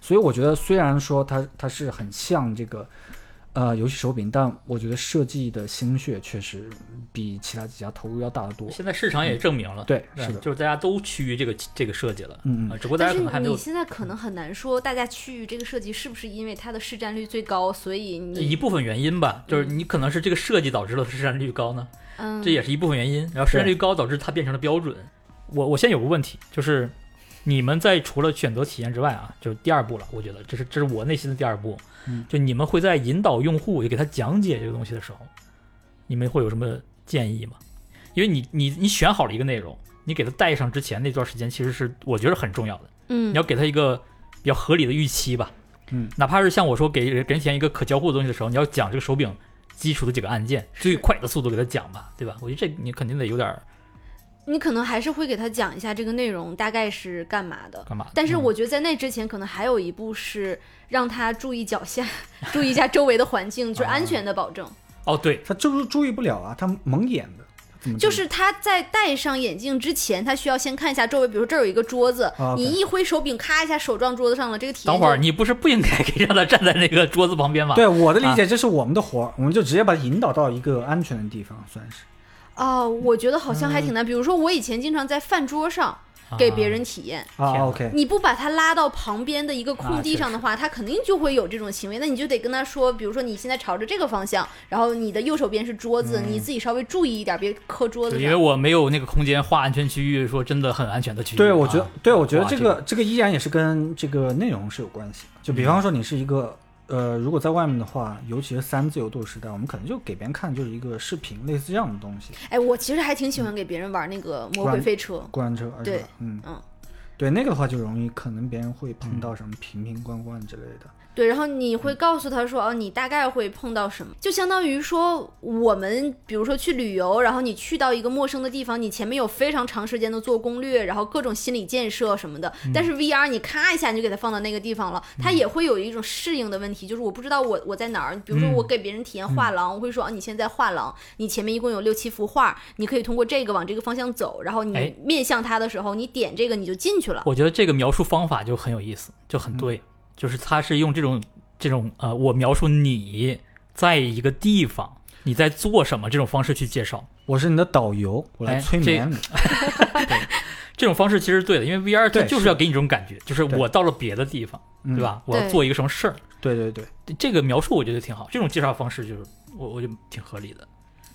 A: 所以我觉得虽然说它它是很像这个呃游戏手柄，但我觉得设计的心血确实比其他几家投入要大得多。
B: 现在市场也证明了，
A: 对，
B: 吧
A: 是的，
B: 就是大家都趋于这个这个设计了，
A: 嗯嗯
B: 啊，只不过大
C: 但
B: 家可
C: 是
B: 能还没
C: 你
B: 有
C: 现在可能很难说，大家去这个设计是不是因为它的市占率最高，所以
B: 一
C: 你
B: 部分原因吧，就是你可能是这个设计导致了市占率高呢，
C: 嗯
B: 这也是一部分原因。然后市占率高导致它变成了标准。我我现在有个问题，就是你们在除了选择体验之外啊，就是第二步了，我觉得这是这是我内心的第二步，
A: 嗯
B: 就你们会在引导用户也给他讲解这个东西的时候，你们会有什么建议吗？因为你你你选好了一个内容，你给他带上之前那段时间，其实是我觉得很重要的。
C: 嗯
B: 你要给他一个比较合理的预期吧。
A: 嗯，
B: 哪怕是像我说给人给人体验一个可交互的东西的时候，你要讲这个手柄基础的几个按键，最快的速度给他讲吧，对吧？我觉得这你肯定得有点儿
C: 你可能还是会给他讲一下这个内容大概是干嘛的。
B: 干嘛的。
C: 但是我觉得在那之前，可能还有一步是让他注意脚下， 注
B: 啊
C: 意一下周围的环境，就是安全的保证。
B: 哦，对，
A: 他就是注意不了啊，他蒙眼的，
B: 嗯
A: 怎么
C: 就是他在戴上眼镜之前，他需要先看一下周围，比如这儿有一个桌子，
A: 啊，OK
C: 你一挥手柄，咔一下手撞桌子上了，这个体验
B: 等
C: 就
B: 会儿你不是不应该给让他站在那个桌子旁边吗？
A: 对我的
B: 啊
A: 理解，这是我们的活儿，我们就直接把他引导到一个安全的地方，算是。
C: 哦，我觉得好像还挺
B: 嗯
C: 难。比如说我以前经常在饭桌上给别人体验，
A: 啊
B: 天哪
A: ，OK，
C: 你不把他拉到旁边的一个空地上的
B: 啊
C: 话，他肯定就会有这种行为。那你就得跟他说，比如说你现在朝着这个方向，然后你的右手边是桌子，你自己稍微注意一点，别磕
B: 嗯
C: 桌
B: 对
C: 子
B: 因为
C: 上。
B: 我没有那个空间画安全区域，说真的很安全的区域。
A: 对，我觉得
B: 啊，
A: 对我觉得
B: 哇
A: 这
B: 这
A: 个这个依然也是跟这个内容是有关系的。就比
B: 嗯
A: 方说，你是一个呃，如果在外面的话，尤其是三自由度时代，我们可能就给别人看就是一个视频，类似这样的东西，
C: 哎，我其实还挺喜欢给别人玩那个魔
B: 嗯
C: 鬼飞车，
A: 过山车，而且
C: 对
A: 嗯
C: 嗯
A: 对那个的话就容易可能别人会碰
B: 嗯
A: 到什么瓶瓶罐罐之类的。
C: 对，然后你会告诉他说，哦，你大概会碰到什么，就相当于说我们比如说去旅游，然后你去到一个陌生的地方，你前面有非常长时间的做攻略，然后各种心理建设什么的，但是 VR 你咔一下你就给它放到那个地方了，它也会有一种适应的问题，就是我不知道我我在哪儿，比如说我给别人体验画廊，我会说，哦，你现在在画廊，你前面一共有六七幅画，你可以通过这个往这个方向走，然后
B: 哎
C: 你面向它的时候，你点这个你就进去了。
B: 我觉得这个描述方法就很有意思，就很对，就是他是用这种这种呃，我描述你在一个地方你在做什么这种方式去介绍，
A: 我是你的导游，我来
B: 哎
A: 催
B: 这
A: 眠你。
B: 这种方式其实是对的，因为 VR 它
A: 对
B: 就是
A: 是
B: 要给你这种感觉，就是
A: 对
B: 我到了别的地方，
A: 嗯
B: 对吧？我要
C: 对
B: 做一个什么事儿，
A: 对对对，
B: 这个描述我觉得挺好，这种介绍方式就是我我觉得挺合理的。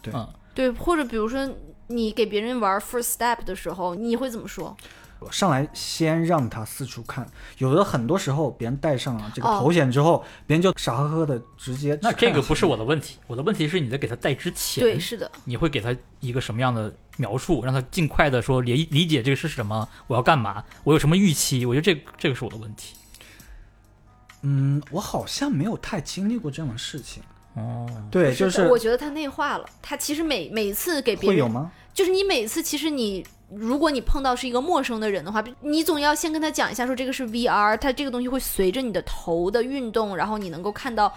A: 对
B: 嗯，
C: 对，或者比如说你给别人玩 first step 的时候，你会怎么说？
A: 我上来先让他四处看，有的很多时候别人戴上了这个
C: 哦
A: 头显之后，别人就傻呵呵的直接。
B: 那这个不是我的问题，我的问题是你在给他带之前，
C: 对，是的，
B: 你会给他一个什么样的描述，让他尽快的说理理解这个是什么，我要干嘛，我有什么预期？我觉得这这个是我的问题。
A: 嗯，我好像没有太经历过这样的事情。
B: 哦，
A: 对，
C: 是
A: 就
C: 的
A: 是
C: 我觉得他内化了。他其实每每次给别
A: 会有
C: 人，
A: 吗？
C: 就是你每次其实你。如果你碰到是一个陌生的人的话，你总要先跟他讲一下，说这个是 VR，它这个东西会随着你的头的运动，然后你能够看到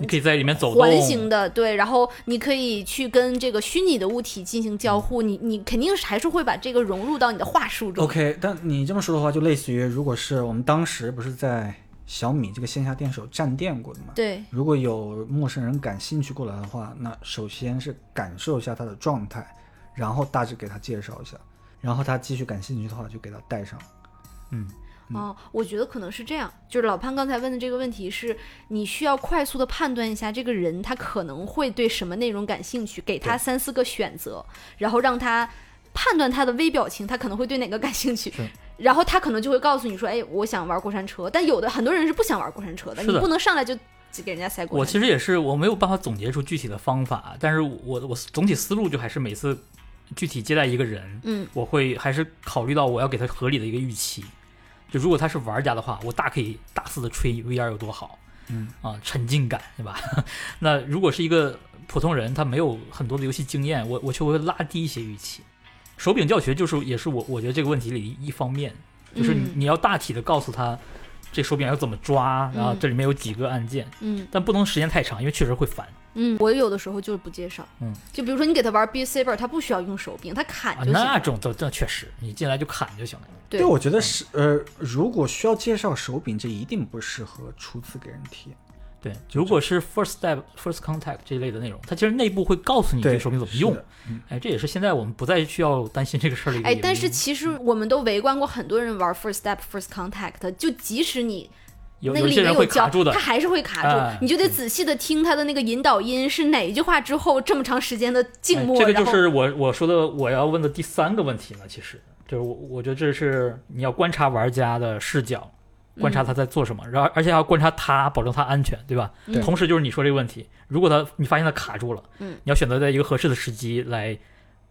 B: 你可以在里面走动，
C: 环形的，对，然后你可以去跟这个虚拟的物体进行交互，你你肯定是还是会把这个融入到你的话术中。
A: OK，但你这么说的话，就类似于如果是我们当时不是在小米这个线下店是有站店过的嘛？
C: 对，
A: 如果有陌生人感兴趣过来的话，那首先是感受一下他的状态，然后大致给他介绍一下，然后他继续感兴趣的话就给他带上。
B: 嗯，
C: 哦，我觉得可能是这样，就是老潘刚才问的这个问题是，你需要快速的判断一下这个人他可能会对什么内容感兴趣，给他三四个选择，然后让他判断他的微表情，他可能会对哪个感兴趣
B: 是，
C: 然后他可能就会告诉你说，哎，我想玩过山车，但有的很多人是不想玩过山车的，
B: 是的
C: 你不能上来就只给人家塞过
B: 我
C: 山车。
B: 其实也是，我没有办法总结出具体的方法，但是我我总体思路就还是每次具体接待一个人，
C: 嗯，
B: 我会还是考虑到我要给他合理的一个预期。就如果他是玩家的话，我大可以大肆的吹 VR 有多好，
A: 嗯
B: 啊，沉浸感，对吧？ 那如果是一个普通人，他没有很多的游戏经验，我我却会拉低一些预期。手柄教学就是也是我我觉得这个问题里一方面，就是你
C: 嗯
B: 你要大体的告诉他这手柄要怎么抓，然后
C: 嗯
B: 这里面有几个按键，
C: 嗯
B: 但不能时间太长，因为确实会烦
C: 嗯，我有的时候就是不介绍，
B: 嗯，
C: 就比如说你给他玩 B Saber，他不需要用手柄，他砍
B: 啊。
C: 就行。
B: 那种的，这确实，你进来就砍就行了。
C: 对
A: 我觉得是呃，如果需要介绍手柄，这一定不适合初次给人体验。
B: 对，如果是 first step、first contact 这一类的内容，它其实内部会告诉你这
A: 对，
B: 个手柄怎么
A: 是
B: 用
A: 的。。
B: 哎，这也是现在我们不再需要担心这个事儿的一个
C: 哎，
B: 原
C: 但是
B: 因
C: 其实我们都围观过很多人玩 first step first contact，就即使你
B: 有
C: 那个
B: 有
C: 里
B: 些
C: 面
B: 人会
C: 胶
B: 卡住，的
C: 他，还是会卡住，
B: 哎
C: 你就得仔细的听他的那个引导音是哪一句话之后这么长时间的静默，
B: 哎、这个
C: 然
B: 就
C: 后
B: 是我我说的我要问的第三个问题呢，其实就是我我觉得这是你要观察玩家的视角，观
C: 嗯
B: 察他在做什么，然后而且还要观察他，保证他安全，对吧？
A: 对
B: 同时就是你说这个问题，如果他你发现他卡住了，
C: 嗯
B: 你要选择在一个合适的时机来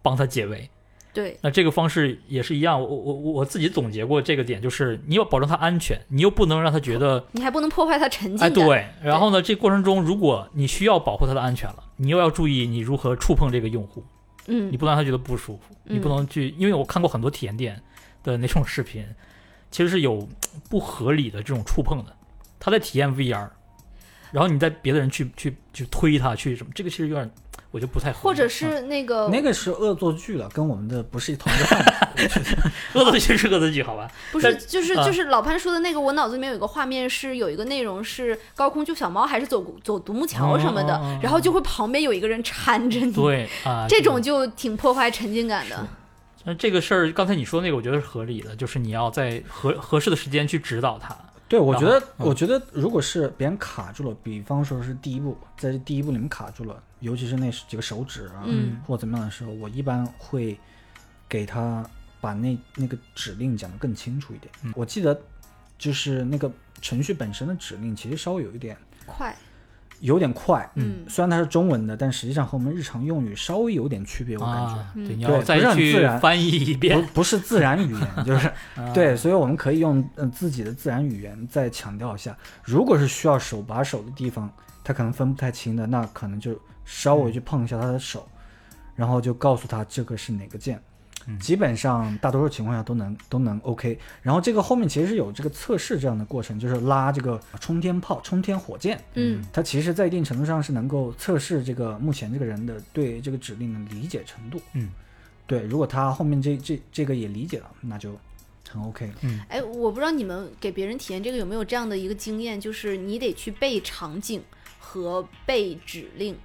B: 帮他解围。
C: 对
B: 那这个方式也是一样，我我我我自己总结过这个点，就是你要保证他安全，你又不能让他觉得
C: 你还不能破坏他沉浸
B: 哎，
C: 感。
B: 对，然后呢，这过程中，如果你需要保护他的安全了，你又要注意你如何触碰这个用户，你
C: 嗯，
B: 不能让他觉得不舒服，你不
C: 嗯
B: 能去，因为我看过很多体验店的那种视频，其实是有不合理的这种触碰的，他在体验 VR，然后你在别的人去去去推他去什么，这个其实有点，我我就不太合啊
C: 或者
B: 适
C: 是那个
A: 那个是恶作剧了，跟我们的不是同一个范畴。我觉得
B: 恶作剧是恶作剧，好吧？
C: 不是，
B: 但
C: 就是
B: 啊
C: 就是老潘说的那个，我脑子里面有一个画面是有一个内容是高空救小猫还是走走独木桥什么的，
B: 哦哦哦哦
C: 然后就会旁边有一个人缠着你，
B: 对啊，
C: 嗯 这种就挺破坏沉浸感的。
B: 那这个事儿，刚才你说那个，我觉得是合理的，就是你要在合合适的时间去指导他。
A: 对，我
B: 然
A: 觉
B: 后
A: 得，
B: 嗯
A: 我觉得如果是别人卡住了，比方说是第一步，在这第一步里面卡住了，尤其是那几个手指啊，
C: 嗯
A: 或怎么样的时候，我一般会给他把那那个指令讲得更清楚一点。
B: 嗯
A: 我记得就是那个程序本身的指令其实稍微有一点
C: 快，
A: 有点快，
C: 嗯
A: 虽然它是中文的，但实际上和我们日常用语稍微有点区别，我感觉。
B: 啊，对，
C: 嗯
B: 你
A: 对
B: 要
A: 不是
B: 再
A: 很自
B: 去
A: 然
B: 翻译一
A: 不
B: 遍。
A: 不是自然语言， 就是
B: 啊
A: 对，所以我们可以用嗯、呃自己的自然语言再强调一下。如果是需要手把手的地方，他可能分不太清的，那可能就稍
B: 嗯
A: 微去碰一下他的手，然后就告诉他这个是哪个键。
B: 嗯
A: 基本上大多数情况下都能都能 OK。然后这个后面其实是有这个测试这样的过程，就是拉这个冲天炮、冲天火箭，
C: 嗯
A: 它其实在一定程度上是能够测试这个目前这个人的对这个指令的理解程度。
B: 嗯，
A: 对，如果他后面这这这个也理解了，那就很 OK 了。
C: 哎，我不知道你们给别人体验这个有没有这样的一个经验，就是你得去背场景和背指令，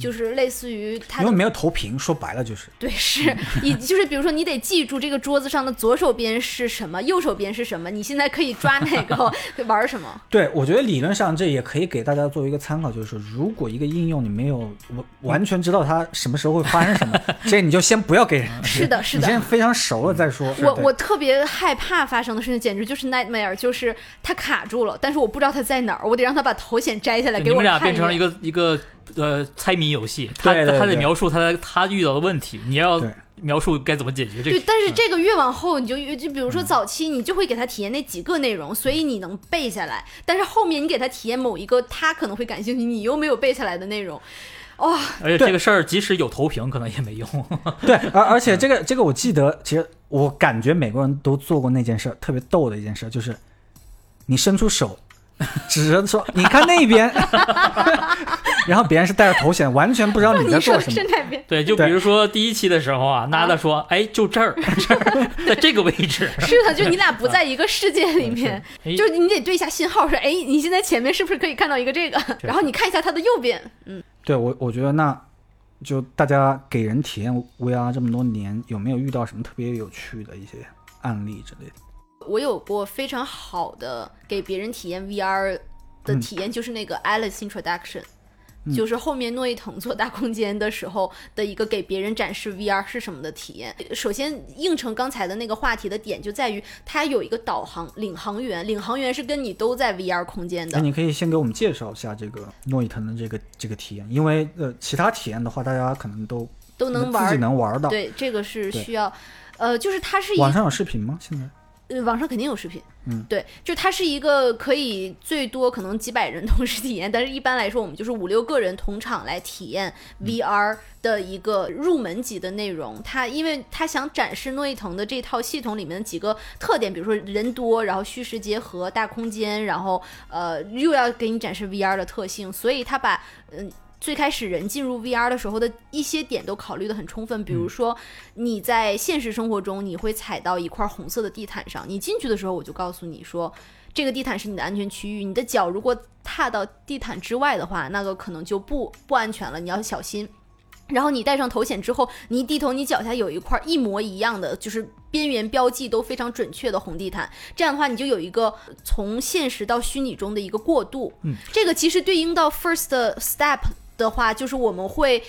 C: 就是类似于他
A: 因
C: 的
A: 为没有投屏，说白了就是
C: 对，是你就是比如说，你得记住这个桌子上的左手边是什么，右手边是什么，你现在可以抓哪个玩什么。
A: 对我觉得理论上这也可以给大家做一个参考，就是说，如果一个应用你没有完完全知道它什么时候会发生 什么，这你就先不要给人，
C: 是的，是
A: 你先
C: 的。
A: 非常熟了再说。
C: 我
A: 对
C: 我特别害怕发生的事情，简直就是 nightmare，就是它卡住了，但是我不知道它在哪儿，我得让它把头显摘下来
B: 对你
C: 给我
B: 们俩
C: 看
B: 变成了
C: 一
B: 一
C: 眼
B: 个一个呃猜谜游戏，他
A: 对对
B: 他在
A: 对
B: 描述他他遇到的问题，你要
A: 对
B: 描述该怎么解决这
C: 对
B: 个，。
C: 但是
B: 嗯
C: 这个越往后，你就越就比如说早期你就会给他体验那几个内容，所以你能背下来。但是后面你给他体验某一个他可能会感兴趣，你又没有背下来的内容，哇、
B: 而且
A: 对
B: 这个事儿即使有投屏，可能也没用。
A: 对，而而且这个这个我记得，其实我感觉美国人都做过那件事儿，特别逗的一件事儿，就是你伸出手。指着说：“你看那边。” 然后别人是戴着头显，完全不知道哎你在
C: 你
A: 做
C: 说
A: 什么
C: 是。哪 边？
B: 对，就比
A: 对
B: 如说第一期的时候啊，娜娜说：“哎，就这儿， 这儿，在这个位 置。
C: 是的，就你俩不在一个世界里面，
B: 哎
C: 就是你得对一下信号，说，哎，你现在前面是不是可以看到一个这个？然后你看一下它的右边，嗯，
A: 对我，我觉得那就大家给人体验 VR 这么多年，有没有遇到什么特别有趣的一些案例之类的？
C: 我有过非常好的给别人体验 VR 的
A: 嗯
C: 体验，就是那个 Alice Introduction。就是后面诺伊腾做大空间的时候的一个给别人展示 VR 是什么的体验。首先映成刚才的那个话题的点就在于，它有一个导航领航员，领航员是跟你都在 VR 空间
A: 那
C: 的。
A: 你可以先给我们介绍一下这个诺伊腾的这个这个体验，因为呃，其他体验的话，大家可能都
C: 都能玩
A: 自己能玩到。
C: 对，这个是
A: 对
C: 需要，呃，就是它是一
A: 网上有视频吗？现在？
C: 呃网上肯定有视频，
A: 嗯，
C: 对，就它是一个可以最多可能几百人同时体验，但是一般来说我们就是五六个人同场来体验 VR 的一个入门级的内容。它因为它想展示诺伊腾的这套系统里面的几个特点，比如说人多，然后虚实结合、大空间，然后呃又要给你展示 VR 的特性，所以它把嗯。最开始人进入 VR 的时候的一些点都考虑得很充分，比如说你在现实生活中你会踩到一块红色的地毯上，你进去的时候我就告诉你说，这个地毯是你的安全区域，你的脚如果踏到地毯之外的话，那个可能就不不安全了，你要小心。然后你戴上头显之后，你一低头，你脚下有一块一模一样的，就是边缘标记都非常准确的红地毯。这样的话，你就有一个从现实到虚拟中的一个过渡。
A: 嗯，
C: 这个其实对应到 first step 的话，就是我们会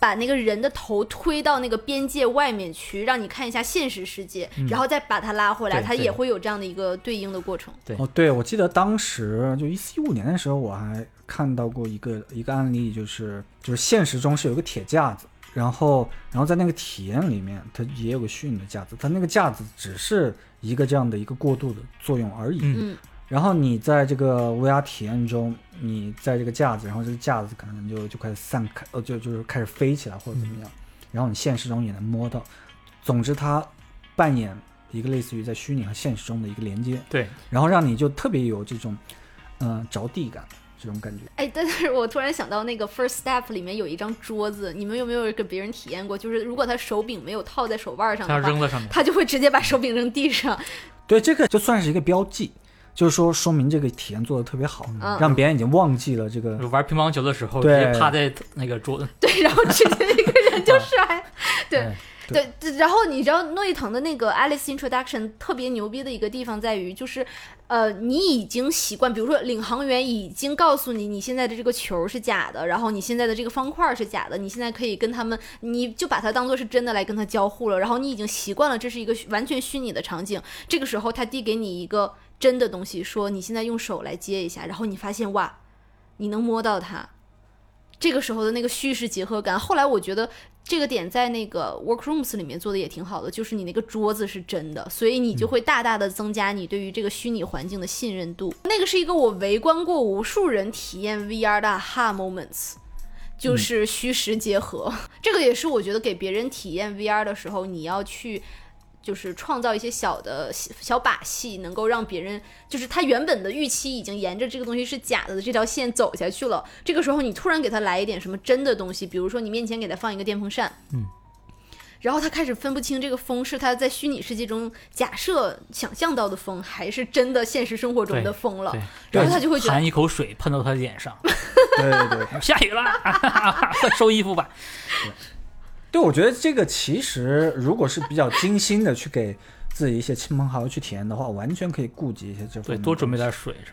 C: 把那个人的头推到那个边界外面去，让你看一下现实世界，然后再把它拉回来，
B: 对
C: 它
B: 对
C: 也会有这样的一个对应的过程。
B: 对
A: 哦，对，我记得当时就一四五年的时候，我还看到过一个一个案例，就是就是现实中是有一个铁架子，然后然后在那个体验里面，它也有个虚拟的架子，它那个架子只是一个这样的一个过渡的作用而已。
B: 嗯
C: 嗯，
A: 然后你在这个 VR 体验中，你在这个架子，然后这个架子可能就就开始散开，呃，就就是开始飞起来或者怎么样，
B: 嗯
A: 然后你现实中也能摸到。总之，它扮演一个类似于在虚拟和现实中的一个连接。
B: 对，
A: 然后让你就特别有这种，嗯、着地感。这种感觉。
C: 哎，但是我突然想到那个 First Step 里面有一张桌子，你们有没有给别人体验过？就是如果他手柄没有套在手腕上
B: 他
C: 的话，
B: 扔在上面，
C: 他就会直接把手柄扔地上。
A: 对，这个就算是一个标记，就是说说明这个体验做的特别好，
C: 嗯
A: 让别人已经忘记了这个。
B: 玩乒乓球的时候直
A: 对
B: 接趴在那个桌子，
C: 对，然后直接一个人就摔。 对
A: 哎
C: 对，对然后你知道诺一腾的那个 Alice Introduction 特别牛逼的一个地方在于，就是呃，你已经习惯，比如说领航员已经告诉你你现在的这个球是假的，然后你现在的这个方块是假的，你现在可以跟他们，你就把它当做是真的来跟他交互了，然后你已经习惯了这是一个虚完全虚拟的场景，这个时候他递给你一个真的东西，说你现在用手来接一下，然后你发现哇，你能摸到它。这个时候的那个叙事结合感，后来我觉得这个点在那个 Workrooms 里面做的也挺好的，就是你那个桌子是真的，所以你就会大大的增加你对于这个虚拟环境的信任度。那个是一个我围观过无数人体验 VR 的 aha moments，就是
B: 嗯
C: 虚实结合。这个也是我觉得给别人体验 VR 的时候，你要去。就是创造一些小的小把戏，能够让别人就是他原本的预期已经沿着这个东西是假的的这条线走下去了。这个时候你突然给他来一点什么真的东西，比如说你面前给他放一个电风扇，
B: 嗯，
C: 然后他开始分不清这个风是他在虚拟世界中假设想象到的风，还是真的现实生活中的风了
B: 对。，
C: 然后他就会觉得
B: 含一口水喷到他脸上，
A: 对对对，
B: 下雨了， 收衣服吧。
A: 对，我觉得这个其实如果是比较精心的去给自己一些亲朋好友去体验的话，完全可以顾及一些这方
B: 对，
A: 面。
B: 多准备。点水什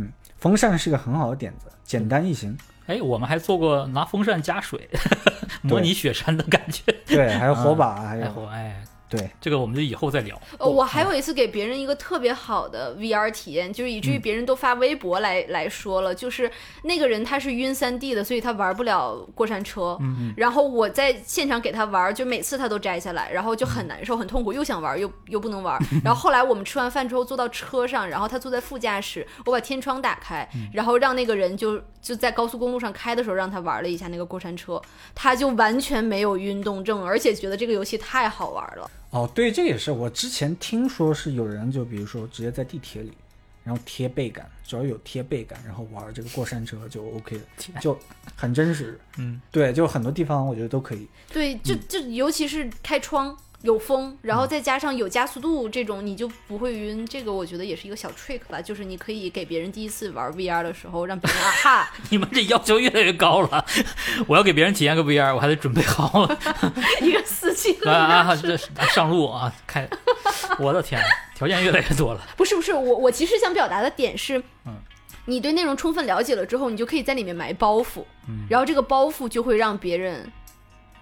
B: 么。
A: 风扇是个很好的点子，简单易行。
B: 哎，我们还做过拿风扇加水， 模拟雪山的感觉。
A: 对，还有火把，嗯还
B: 哎，
A: 有
B: 我哎，
A: 对，
B: 这个我们就以后再聊。
C: 呃，我还有一次给别人一个特别好的 VR 体验，就是以至
B: 嗯
C: 于别人都发微博来、来说了，就是那个人他是晕三 D 的，所以他玩不了过山车。
B: 嗯
C: 然后我在现场给他玩，就每次他都摘下来，然后就很难受、很痛苦，又想玩又又不能玩。然后后来我们吃完饭之后坐到车上，然后他坐在副驾驶，我把天窗打开，
B: 嗯
C: 然后让那个人就就在高速公路上开的时候让他玩了一下那个过山车，他就完全没有晕动症，而且觉得这个游戏太好玩了。
A: 哦，对，这也是我之前听说是有人就比如说直接在地铁里，然后贴背感，只要有贴背感，然后玩这个过山车就 OK 了，就很真实。
B: 嗯，
A: 对，就很多地方我觉得都可以。
C: 对，就就尤其是开窗有风，然后再加上有加速度这种，你就不会晕。这个我觉得也是一个小 trick 吧，就是你可以给别人第一次玩 VR 的时候，让别人啊哈，
B: 嗯，你们这要求越来越高了。 我要给别人体验个 VR，我还得准备好
C: 一个司机
B: 啊啊，这上路啊，开。我的天，条件越来越 多了。
C: 不是不是，我我其实想表达的点是，
B: 嗯
C: 你对内容充分了解了之后，你就可以在里面埋包袱，然后这个包袱就会让别人。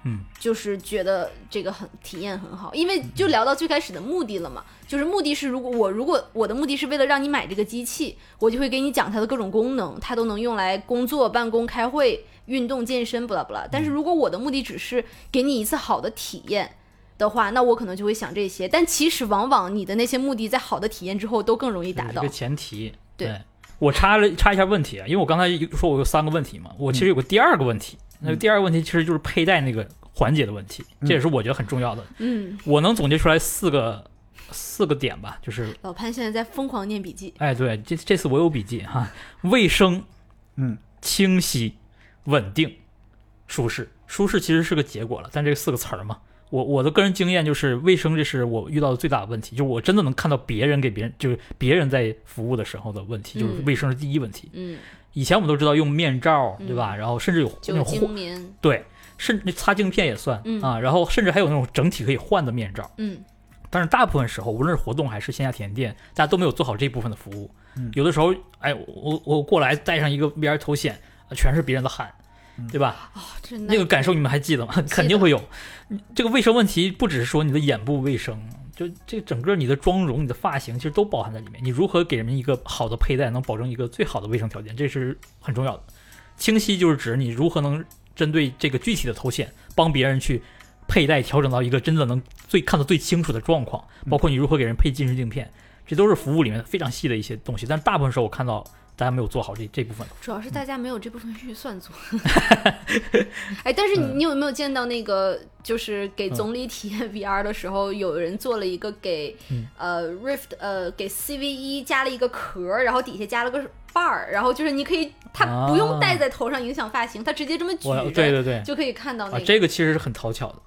B: 嗯，
C: 就是觉得这个很体验很好，因为就聊到最开始的目的了嘛，就是目的是如果我如果我的目的是为了让你买这个机器，我就会给你讲它的各种功能，它都能用来工作、办公、开会、运动、健身，不啦不
B: 嗯
C: 啦。但是如果我的目的只是给你一次好的体验，的话，那我可能就会想这些。但其实往往你的那些目的，在好的体验之后都更容易达
B: 有
C: 到
B: 这个。前提。
C: 对
B: 我插了插一下问题啊，因为我刚才说我有三个问题嘛，我其实有个第二个问题，那个第二个问题其实就是佩戴那个环节的问题，这也是我觉得很重要的。
C: 嗯，
B: 我能总结出来四个四个点吧，就是
C: 老潘现在在疯狂念笔记，
B: 哎，对，这这次我有笔记哈、卫生、
A: 嗯，
B: 清晰、稳定、舒适。舒适其实是个结果了，但这四个词儿嘛，我我的个人经验就是卫生，这是我遇到的最大的问题，就是我真的能看到别人给别人，就是别人在服务的时候的问题，就是
C: 嗯
B: 卫生是第一问题。
C: 嗯，
B: 以前我们都知道用面罩，对吧？然后甚至有那
C: 酒
B: 种
C: 精
B: 换，
C: 棉，
B: 对，甚至擦镜片也算、
C: 嗯
B: 啊，然后甚至还有那种整体可以换的面罩。
C: 嗯，
B: 但是大部分时候，无论是活动还是线下体验店，大家都没有做好这部分的服务。
A: 嗯
B: 有的时候，哎，我我我过来戴上一个 VR 头显，啊全是别人的汗，对吧？
C: 哦，这
B: 那个感受你们还记得吗？肯定会有。这个卫生问题不只是说你的眼部卫生，就这整个你的妆容、你的发型，其实都包含在里面。你如何给人一个好的佩戴，能保证一个最好的卫生条件，这是很重要的。清晰就是指你如何能针对这个具体的头显，帮别人去佩戴调整到一个真的能最看得最清楚的状况，包括你如何给人配近视镜片，这都是服务里面非常细的一些东西。但大部分时候我看到大家没有做好这这部分。
C: 主要是大家没有这部分预 算做。哎，但是你
B: 嗯
C: 你有没有见到那个，就是给总理体验 VR 的时候，有人做了一个给、
B: 嗯
C: E 呃 Rift 呃给 CV 一加了一个壳儿，然后底下加了个范儿，然后就是你可以，它不用戴在头上影响发型，它直接这么举
B: 我
C: 着，
B: 啊对对对，
C: 就可以看到那
B: 啊
C: 个。，
B: 这个其实是很讨巧的，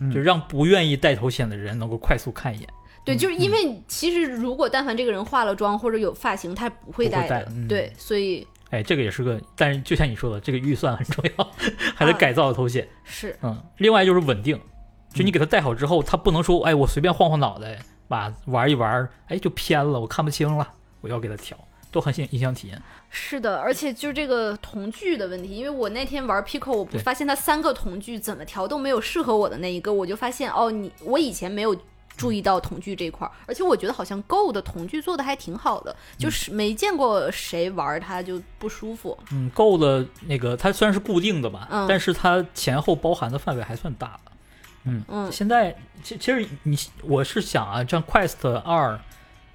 A: 嗯
B: 就让不愿意戴头显的人能够快速看一眼。
C: 对，就是
B: 嗯
C: 因为其实如果但凡这个人化了妆或者有发型，他不会
B: 不会
C: 戴的
B: 戴嗯
C: 对，所以
B: 哎，这个也是个，但是就像你说的，这个预算很重要， 还得
C: 啊
B: 改造头显。
C: 是
B: 嗯，另外就是稳定，就你给它戴好之后，它不能说，哎，我随便晃晃脑袋吧，玩一玩，哎，就偏了，我看不清了，我要给它调，都很影影响体验。
C: 是的，而且就这个瞳距的问题，因为我那天玩 Pico，我不
B: 对
C: 发现它三个瞳距怎么调都没有适合我的那一个，我就发现哦，你我以前没有。注
B: 嗯
C: 意到瞳距这一块儿，而且我觉得好像 Go 的瞳距做的还挺好的，就是没见过谁玩它就不舒服。
B: 嗯，够了，那个它虽然是固定的吧，
C: 嗯
B: 但是它前后包含的范围还算大的。嗯，
C: 嗯
B: 现在其其实你我是想啊，像 Quest 二，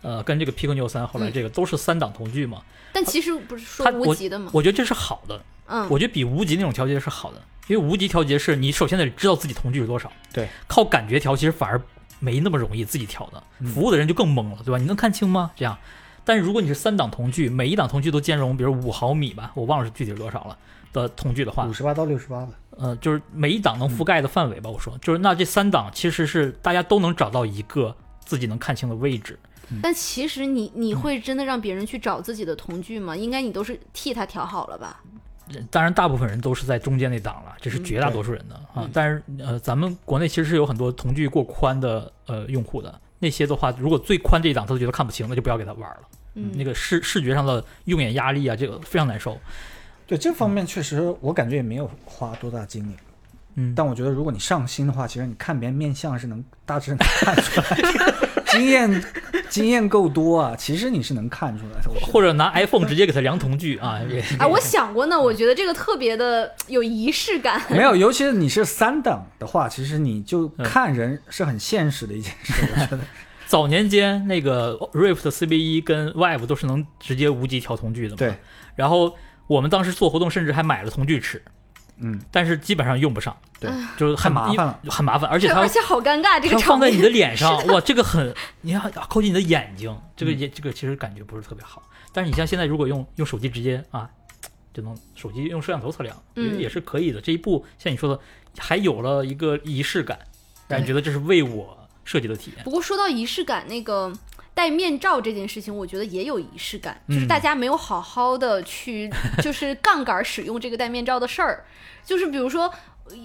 B: 呃，跟这个 Pico Neo 三后来
C: 嗯
B: 这个都是三档瞳距嘛，
C: 但其实不是说
B: 它
C: 无极的吗？
B: 我觉得这是好的，
C: 嗯，
B: 我觉得比无极那种调节是好的，因为无极调节是你首先得知道自己瞳距是多少，
A: 对，
B: 靠感觉调其实反而没那么容易自己调的，
A: 嗯
B: 服务的人就更懵了，对吧？你能看清吗？这样，但如果你是三档瞳距，每一档瞳距都兼容，比如五毫米吧，我忘了是具体是多少了的瞳距的话
A: 五，十八到六十八吧。
B: 呃，就是每一档能
C: 嗯
B: 覆盖的范围吧，我说，就是那这三档其实是大家都能找到一个自己能看清的位置，
C: 但其实你你
B: 嗯
C: 会真的让别人去找自己的瞳距吗？应该你都是替他调好了吧？
B: 当然，大部分人都是在中间那档了，这是绝大多数人的、啊
C: 嗯。
B: 但是呃，咱们国内其实是有很多瞳距过宽的呃用户的，那些的话，如果最宽这一档他都觉得看不清，那就不要给他玩了。
C: 嗯，
B: 那个视视觉上的用眼压力啊，这个非常难受。
A: 对这方面确实，我感觉也没有花多大精力。
B: 嗯
A: 但我觉得如果你上心的话，其实你看别人面相是能大致能看出来的， 经验经验够多啊，其实你是能看出来的。我觉得
B: 或者拿 iPhone 直接给他量瞳距啊，也
C: 哎，我想过
B: 嗯
C: 呢，我觉得这个特别的有仪式感。
A: 没有，尤其是你是三档的话，其实你就
B: 嗯
A: 看人是很现实的一件事。我 觉得
B: 早年间那个 Rift CB 1跟 Vive 都是能直接无极调瞳距的嘛。
A: 对。
B: 然后我们当时做活动，甚至还买了瞳距尺，
A: 嗯，
B: 但是基本上用不上，
A: 对，
B: 就是很
A: 太麻烦了，
B: 很麻烦，而且
C: 对
B: 它
C: 而且好尴尬，这个
B: 它
C: 场
B: 放在
C: 面
B: 你的脸上，哇，这个很，你要啊靠近你的眼睛，这个
A: 嗯
B: 也这个其实感觉不是特别好。但是你像现在如果用用手机直接啊，就能手机用摄像头测量，
C: 嗯
B: 也也是可以的。这一步像你说的，还有了一个仪式感，让你觉得这是为我设计的体验。
C: 不过说到仪式感，那个戴面罩这件事情，我觉得也有仪式感，就是
B: 嗯
C: 大家没有好好的去，就是 杠杆使用这个戴面罩的事儿。就是比如说，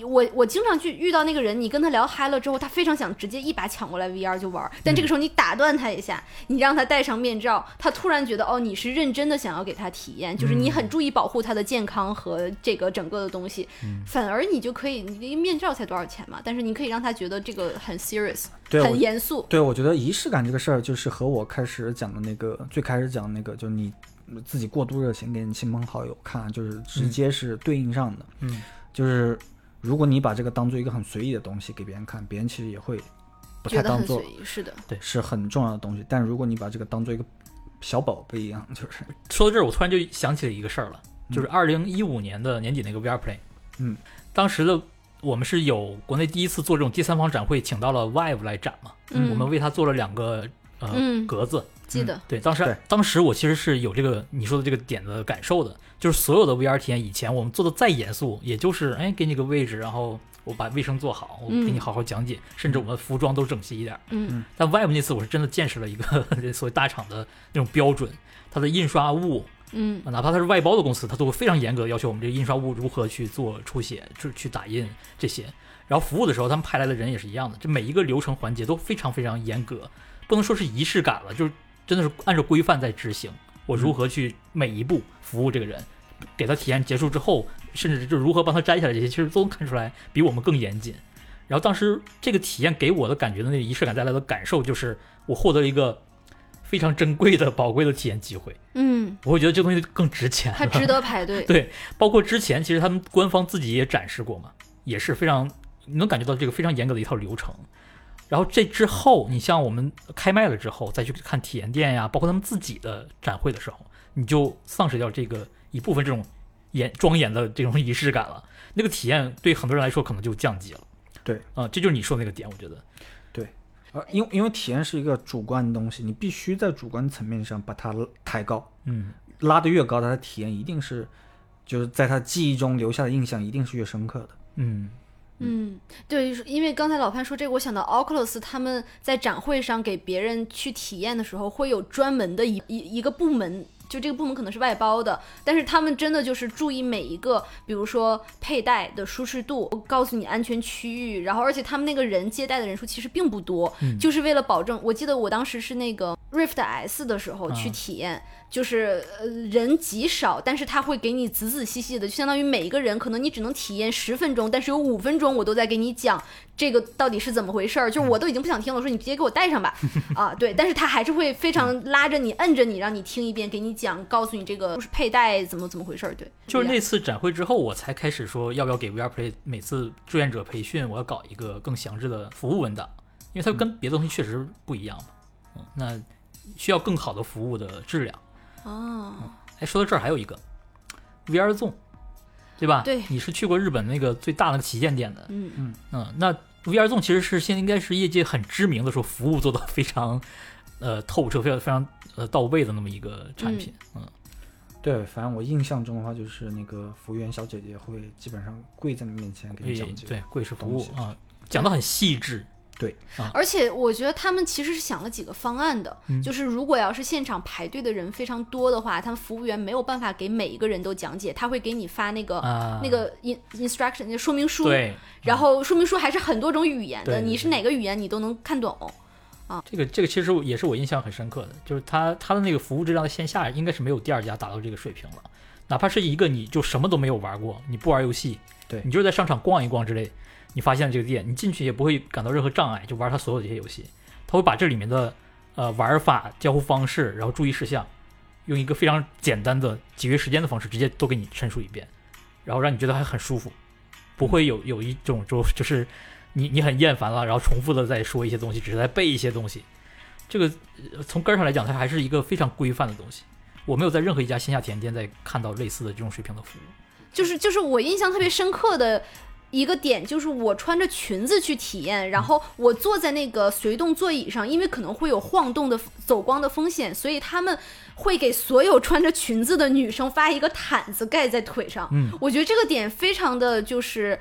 C: 我我经常去遇到那个人，你跟他聊嗨了之后，他非常想直接一把抢过来 VR 就玩儿，但这个时候你打断他一下，你让他戴上面罩，他突然觉得哦，你是认真的想要给他体验，就是你很注意保护他的健康和这个整个的东西，反而你就可以，你面罩才多少钱嘛，但是你可以让他觉得这个很 serious。
A: 对，我
C: 很严肃。
A: 对，我觉得仪式感这个事儿，就是和我开始讲的那个，最开始讲的那个，就是你自己过度热情给你亲朋好友看，就是直接是对应上的。
B: 嗯，
A: 就是如果你把这个当做一个很随意的东西给别人看，别人其实也会不
C: 觉
A: 太
C: 得
A: 当
C: 很
A: 做
C: 随意，是的，
A: 是很重要的东西。但如果你把这个当做一个小宝贝一样，就是
B: 说到这儿，我突然就想起了一个事儿了，就是二零一五年的年底那个 VR Play，
A: 嗯，
B: 当时的我们是有国内第一次做这种第三方展会，请到了 Vive 来展嘛，
C: 嗯
B: 我们为他做了两个呃、
C: 嗯
B: 格子，
C: 记得，
B: 对，当时
A: 对
B: 当时我其实是有这个你说的这个点的感受的，就是所有的 VR 体验，以前我们做的再严肃，也就是哎给你个位置，然后我把卫生做好，我
C: 嗯
B: 给你好好讲解，甚至我们服装都整齐一点。
C: 嗯
B: 但 Vive 那次我是真的见识了一个 所谓大厂的那种标准，它的印刷物，
C: 嗯
B: 哪怕它是外包的公司，它都会非常严格地要求我们这个印刷物如何去做出血、去去打印这些。然后服务的时候，他们派来的人也是一样的，这每一个流程环节都非常非常严格，不能说是仪式感了，就是真的是按照规范在执行。我如何去每一步服务这个人，给他体验结束之后，甚至就如何帮他摘下来这些，其实都能看出来比我们更严谨。然后当时这个体验给我的感觉的那个仪式感带来的感受，就是我获得了一个非常珍贵的、宝贵的体验机会。
C: 嗯，
B: 我会觉得这东西更值钱了。，
C: 他值得排队
B: 对， 包括之前其实他们官方自己也展示过嘛，也是非常你能感觉到这个非常严格的一套流程。然后这之后，你像我们开卖了之后再去看体验店呀，包括他们自己的展会的时候，你就丧失掉这个一部分这种严庄严的这种仪式感了。那个体验对很多人来说可能就降级了。
A: 对
B: 啊、这就是你说的那个点，我觉得
A: 呃，因为因为体验是一个主观的东西，你必须在主观层面上把它抬高。
B: 嗯，
A: 拉得越高，他的体验一定是就是在他记忆中留下的印象一定是越深刻的。
B: 嗯
C: 嗯，对，就是因为刚才老潘说这个，我想到 Oculus 他们在展会上给别人去体验的时候，会有专门的一一一个部门，就这个部门可能是外包的，但是他们真的就是注意每一个，比如说佩戴的舒适度，告诉你安全区域，然后而且他们那个人接待的人数其实并不多，
B: 嗯
C: 就是为了保证。我记得我当时是那个 Rift S 的时
B: 啊
C: 候去体验，就是呃人极少，但是他会给你仔仔细细的，就相当于每一个人可能你只能体验十分钟，但是有五分钟我都在给你讲这个到底是怎么回事
B: 嗯
C: 儿，就是我都已经不想听了，我说你直接给我带 上吧，啊，对，但是他还是会非常拉着你，摁着你，让你听一遍，给你讲，告诉你这个就是佩戴怎么怎么回事儿，对，
B: 就是
C: 这样
B: 那次展会之后，我才开始说要不要给 VR Play 每次志愿者培训，我要搞一个更详致的服务文档，因为
C: 嗯
B: 它跟别的东西确实不一样嘛。嗯，那需要更好的服务的质量。
C: 哦，
B: 哎，说到这儿还有一个 VR Zone，对吧？
C: 对
B: 你是去过日本那个最大的那个旗舰店的，
C: 嗯
B: 嗯，那 VR Zone 其实是现在应该是业界很知名的，说服务做到非常呃透彻、非常非常呃到位的那么一个产品。嗯，
A: 对，反正我印象中的话，就是那个服务员小姐姐会基本上跪在你面前给
B: 对
A: 你讲解。
B: 对，贵是服
A: 东
B: 务
A: 西
B: 啊，讲的很细致。
C: 而且我觉得他们其实是想了几个方案的，
B: 嗯
C: 就是如果要是现场排队的人非常多的话，他们服务员没有办法给每一个人都讲解，他会给你发那个、
B: 啊
C: 哦那个 in instruction 那说明书，
B: 对，
C: 然后说明书还是很多种语言
B: 对
C: 的，
B: 对
C: 你是
B: 对
C: 哪个语言你都能看懂。
B: 这个这个其实也是我印象很深刻的，就是它它的那个服务质量在线下应该是没有第二家达到这个水平了。哪怕是一个你就什么都没有玩过，你不玩游戏，
A: 对
B: 你就是在商场逛一逛之类，你发现这个店，你进去也不会感到任何障碍，就玩它所有的这些游戏。它会把这里面的呃玩法、交互方式，然后注意事项，用一个非常简单的节约时间的方式，直接都给你陈述一遍，然后让你觉得还很舒服，不会有有一种就就是你你很厌烦了，然后重复的在说一些东西，只是在背一些东西。这个呃从根儿上来讲，它还是一个非常规范的东西。我没有在任何一家线下体验店在看到类似的这种水平的服务。
C: 就是就是我印象特别深刻的一个点，就是我穿着裙子去体验，然后我坐在那个随动座椅上，因为可能会有晃动的走光的风险，所以他们会给所有穿着裙子的女生发一个毯子盖在腿上。
B: 嗯，
C: 我觉得这个点非常的就是。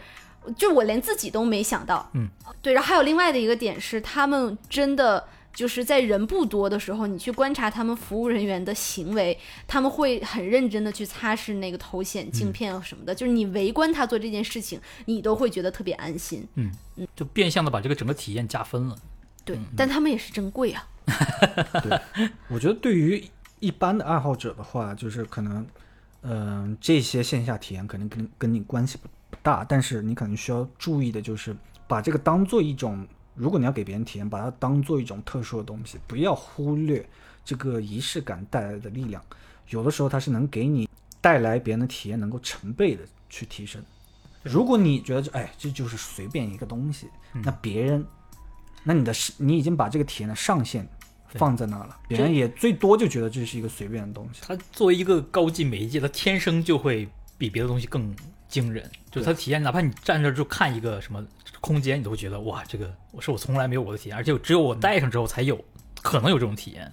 C: 就我连自己都没想到，
B: 嗯，
C: 对，然后还有另外的一个点是，他们真的就是在人不多的时候，你去观察他们服务人员的行为，他们会很认真的去擦拭那个头显、镜片啊什么的，就是你围观他做这件事情，你都会觉得特别安心。
B: 就变相的把这个整个体验加分了。
C: 对，但他们也是真贵啊。
A: 我觉得对于一般的爱好者的话，就是可能，嗯、这些线下体验肯定跟跟你关系不不大，但是你可能需要注意的就是把这个当做一种，如果你要给别人体验，把它当做一种特殊的东西，不要忽略这个仪式感带来的力量。有的时候它是能给你带来别人的体验能够成倍的去提升。如果你觉得这哎这就是随便一个东西，那别人，那你的是你已经把这个体验的上限放在那了，别人也最多就觉得这是一个随便的东西。
B: 它作为一个高级媒介，它天生就会比别的东西更惊人。就是它体验，哪怕你站这儿就看一个什么空间，你都会觉得哇，这个我是我从来没有我的体验，而且只有我戴上之后才有可能有这种体验。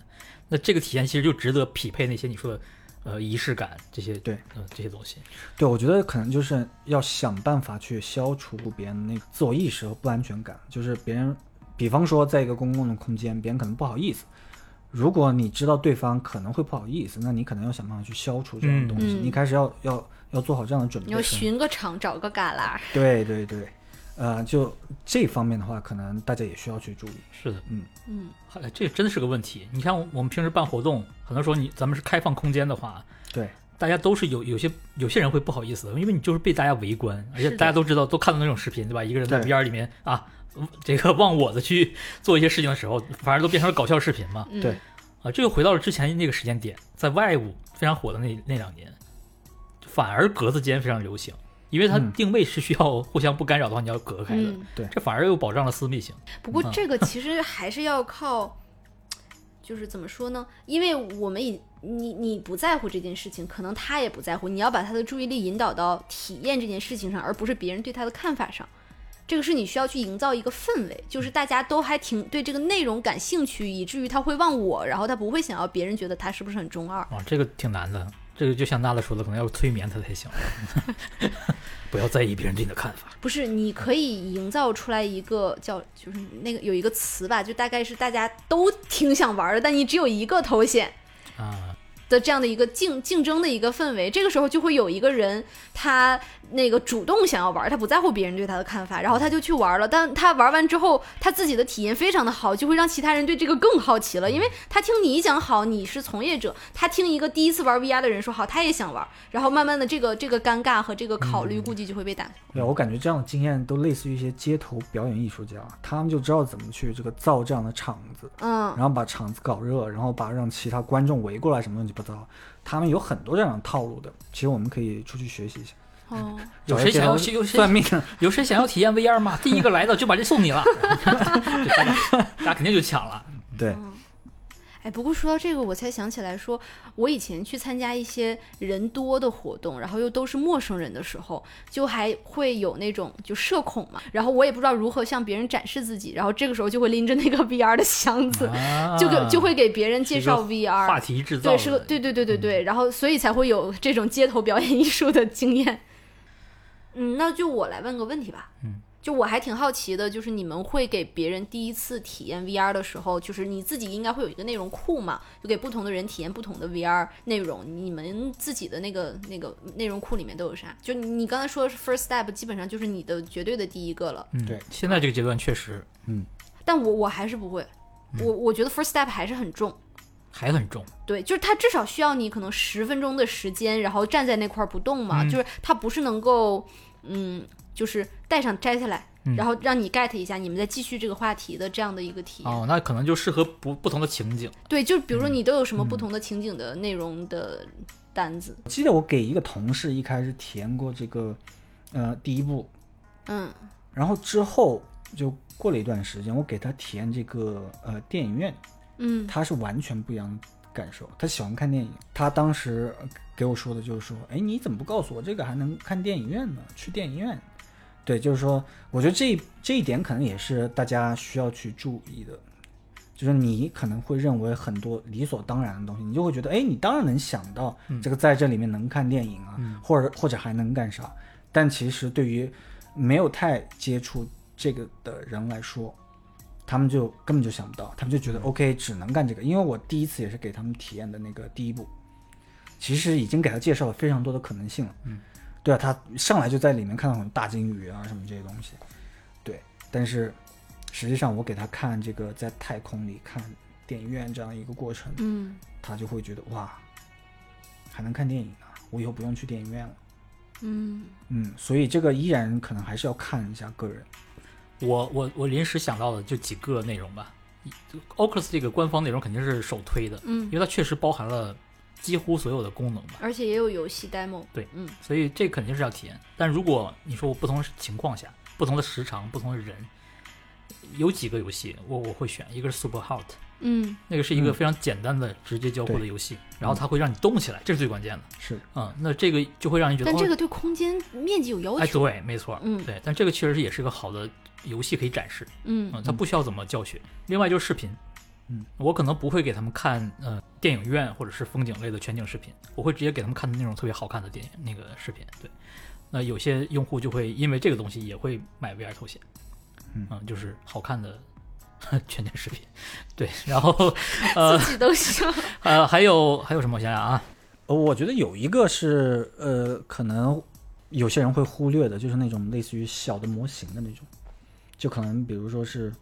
B: 那这个体验其实就值得匹配那些你说的呃仪式感这些
A: 对
B: 呃这些东西。
A: 对，我觉得可能就是要想办法去消除别人那个自我意识和不安全感，就是别人，比方说在一个公共的空间，别人可能不好意思。如果你知道对方可能会不好意思，那你可能要想办法去消除这种东西。
C: 嗯嗯
A: 你开始要要要做好这样的准备。
C: 你要寻个场，找个旮旯。
A: 对对对，呃，就这方面的话，可能大家也需要去注意。
B: 是的，
A: 嗯
C: 嗯
B: 好，哎这真的是个问题。你看我我们平时办活动，很多时候你咱们是开放空间的话，
A: 对，
B: 大家都是有有些有些人会不好意思的，因为你就是被大家围观，而且
C: 是的
B: 大家都知道都看到那种视频，对吧？一个人在
A: 对
B: VR 里面啊，嗯这个忘我的去 做一些事情的时候，反而都变成了搞笑视频嘛。
C: 嗯，
A: 对
B: 啊，这又回到了之前那个时间点，在外务非常火的那那两年，反而格子间非常流行，因为它
A: 嗯
B: 定位是需要互相不干扰的话，你要隔开的，
C: 嗯。
B: 这反而又保障了私密性。
C: 不过
B: 嗯
C: 这个其实还是要靠，就是怎么说呢？因为我们已你你不在乎这件事情，可能他也不在乎。你要把他的注意力引导到体验这件事情上，而不是别人对他的看法上。这个是你需要去营造一个氛围，就是大家都还挺对这个内容感兴趣，以至于他会忘我，然后他不会想要别人觉得他是不是很中二。
B: 啊，这个挺难的，这个就像娜娜说的，可能要催眠他才行。 不要在意别人对你的看法。
C: 不是，你可以营造出来一个叫就是那个有一个词吧，就大概是大家都挺想玩的，但你只有一个头衔
B: 啊
C: 的这样的一个竞竞争的一个氛围。这个时候就会有一个人，他那个主动想要玩，他不在乎别人对他的看法，然后他就去玩了。但他玩完之后，他自己的体验非常的好，就会让其他人对这个更好奇了，因为他听你讲好，你是从业者，他听一个第一次玩 VR 的人说好，他也想玩，然后慢慢的这个这个尴尬和这个考虑估计就会被打
A: 对，我感觉这样的经验都类似于一些街头表演艺术家，他们就知道怎么去这个造这样的场子，
C: 嗯
A: 然后把场子搞热，然后把让其他观众围过来，什么东西不知道。他们有很多这样的套路的，其实我们可以出去学习一下。
C: 哦，
B: 有谁想要去有谁
A: 算命？
B: 有谁想要体验 VR 吗？第一个来的就把这送你了， 就大家大家肯定就抢 了。
A: 对，
C: 哎，不过说到这个，我才想起来说，我以前去参加一些人多的活动，然后又都是陌生人的时候，就还会有那种就社恐嘛，然后我也不知道如何向别人展示自己，然后这个时候就会拎着那个 VR 的箱子，
B: 啊
C: 就给就会给别人介
B: 是
C: 绍
B: 个话
C: VR，
B: 题制造
C: 对，是个
B: 的嗯
C: 对对对对对，然后所以才会有这种街头表演艺术的经验。 嗯，那就我来问个问题吧。
B: 嗯，
C: 就我还挺好奇的，就是你们会给别人第一次体验 VR 的时候，就是你自己应该会有一个内容库嘛，就给不同的人体验不同的 VR 内容。你们自己的那个那个内容库里面都有啥？就你你刚才说的是 first step，基本上就是你的绝对的第一个了。
B: 嗯
A: 对
B: 现在这个阶段确实
C: 但我我还是不会，
B: 嗯
C: 我我觉得 first step 还是很重。
B: 还很重。
C: 对，就是它至少需要你可能十分钟的时间，然后站在那块儿不动嘛，
B: 嗯
C: 就是它不是能够，嗯，就是戴上摘下来，
B: 嗯
C: 然后让你 get 一下，你们再继续这个话题的这样的一个体验。
B: 哦，那可能就适合不不同的情景。
C: 对，就比
B: 嗯
C: 如说你都有什么不同的情景的内容的单子，
A: 我记得我给一个同事一开始体验过这个，呃，第一步，
C: 嗯
A: 然后之后就过了一段时间，我给他体验这个呃电影院，
C: 嗯
A: 他是完全不一样的感受。他喜欢看电影，他当时给我说的就是说，哎，你怎么不告诉我这个还能看电影院呢？去电影院。对，就是说，我觉得这这一点可能也是大家需要去注意的，就是你可能会认为很多理所当然的东西，你就会觉得，哎，你当然能想到这个在这里面能看电影啊，或者或者还能干啥，但其实对于没有太接触这个的人来说，他们就根本就想不到，他们就觉得 OK 只能干这个。因为我第一次也是给他们体验的那个第一步，其实已经给他介绍了非常多的可能性了。嗯，对啊，他上来就在里面看到很多大金鱼啊什么这些东西，对。但是实际上我给他看这个在太空里看电影院这样一个过程，
C: 嗯
A: 他就会觉得哇，还能看电影呢，我以后不用去电影院了。
C: 嗯
A: 嗯，所以这个依然可能还是要看一下个人。
B: 我我我临时想到的就几个内容吧。Oculus 这个官方内容肯定是首推的，因
C: 嗯，
B: 为它确实包含了几乎所有的功能吧，
C: 而且也有游戏 demo，
B: 对
C: 嗯
B: 所以这肯定是要体验。但如果你说我不同情况下、不同的时长、不同的人，有几个游戏我我会选，一个是 Super Hot，
C: 嗯
B: 那个是一个
A: 嗯
B: 非常简单的直接交互的
A: 对嗯
B: 游戏，然后它会让你动起来，这是最关键的。
A: 是，
B: 嗯，那这个就会让人觉得，
C: 但这
B: 哦
C: 个对空间面积有要
B: 哎，
C: 求，
B: 对，没错，
C: 嗯
B: 对，但这个确实也是个好的游戏可以展示，
C: 嗯
B: 嗯，它不需要怎么教学。另外就是视频，
A: 嗯，
B: 我可能不会给他们看呃电影院或者是风景类的全景视频，我会直接给他们看那种特别好看的电影那个视频。对，那有些用户就会因为这个东西也会买 VR 头显，
A: 嗯
B: 就是好看的 全景视频，对，然后呃
C: 自己都想，
B: 呃还有还有什么？我想想啊，
A: 呃，我觉得有一个是呃，可能有些人会忽略的，就是那种类似于小的模型的那种，就可能比如说是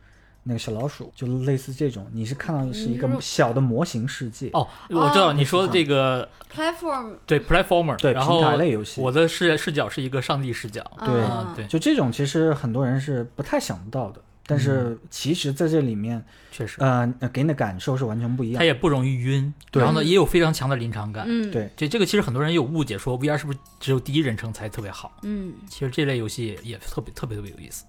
A: 那个小老鼠，就类似这种，你是看到的是一
C: 嗯
A: 个小的模型世界，
B: 哦，我知道
C: 哦
B: 你说的这个
C: platform，
B: 对 platformer，
A: 对，
B: 然
A: 平台
B: 后
A: 类游戏，
B: 我的视视角是一个上帝视角，
A: 对
B: 啊
C: 啊，
B: 对，
A: 就这种其实很多人是不太想到的，但是其实在这里面，
B: 确实，
A: 呃，呃给你的感受是完全不一样
B: 它
A: 的。
B: 也不容易晕，
A: 对
B: 然后呢也有非常强的临场感。
C: 嗯
A: 对，
B: 这这个其实很多人也有误解，说 VR 是不是只有第一人称才特别好？
C: 嗯
B: 其实这类游戏也特别特别特别有意思。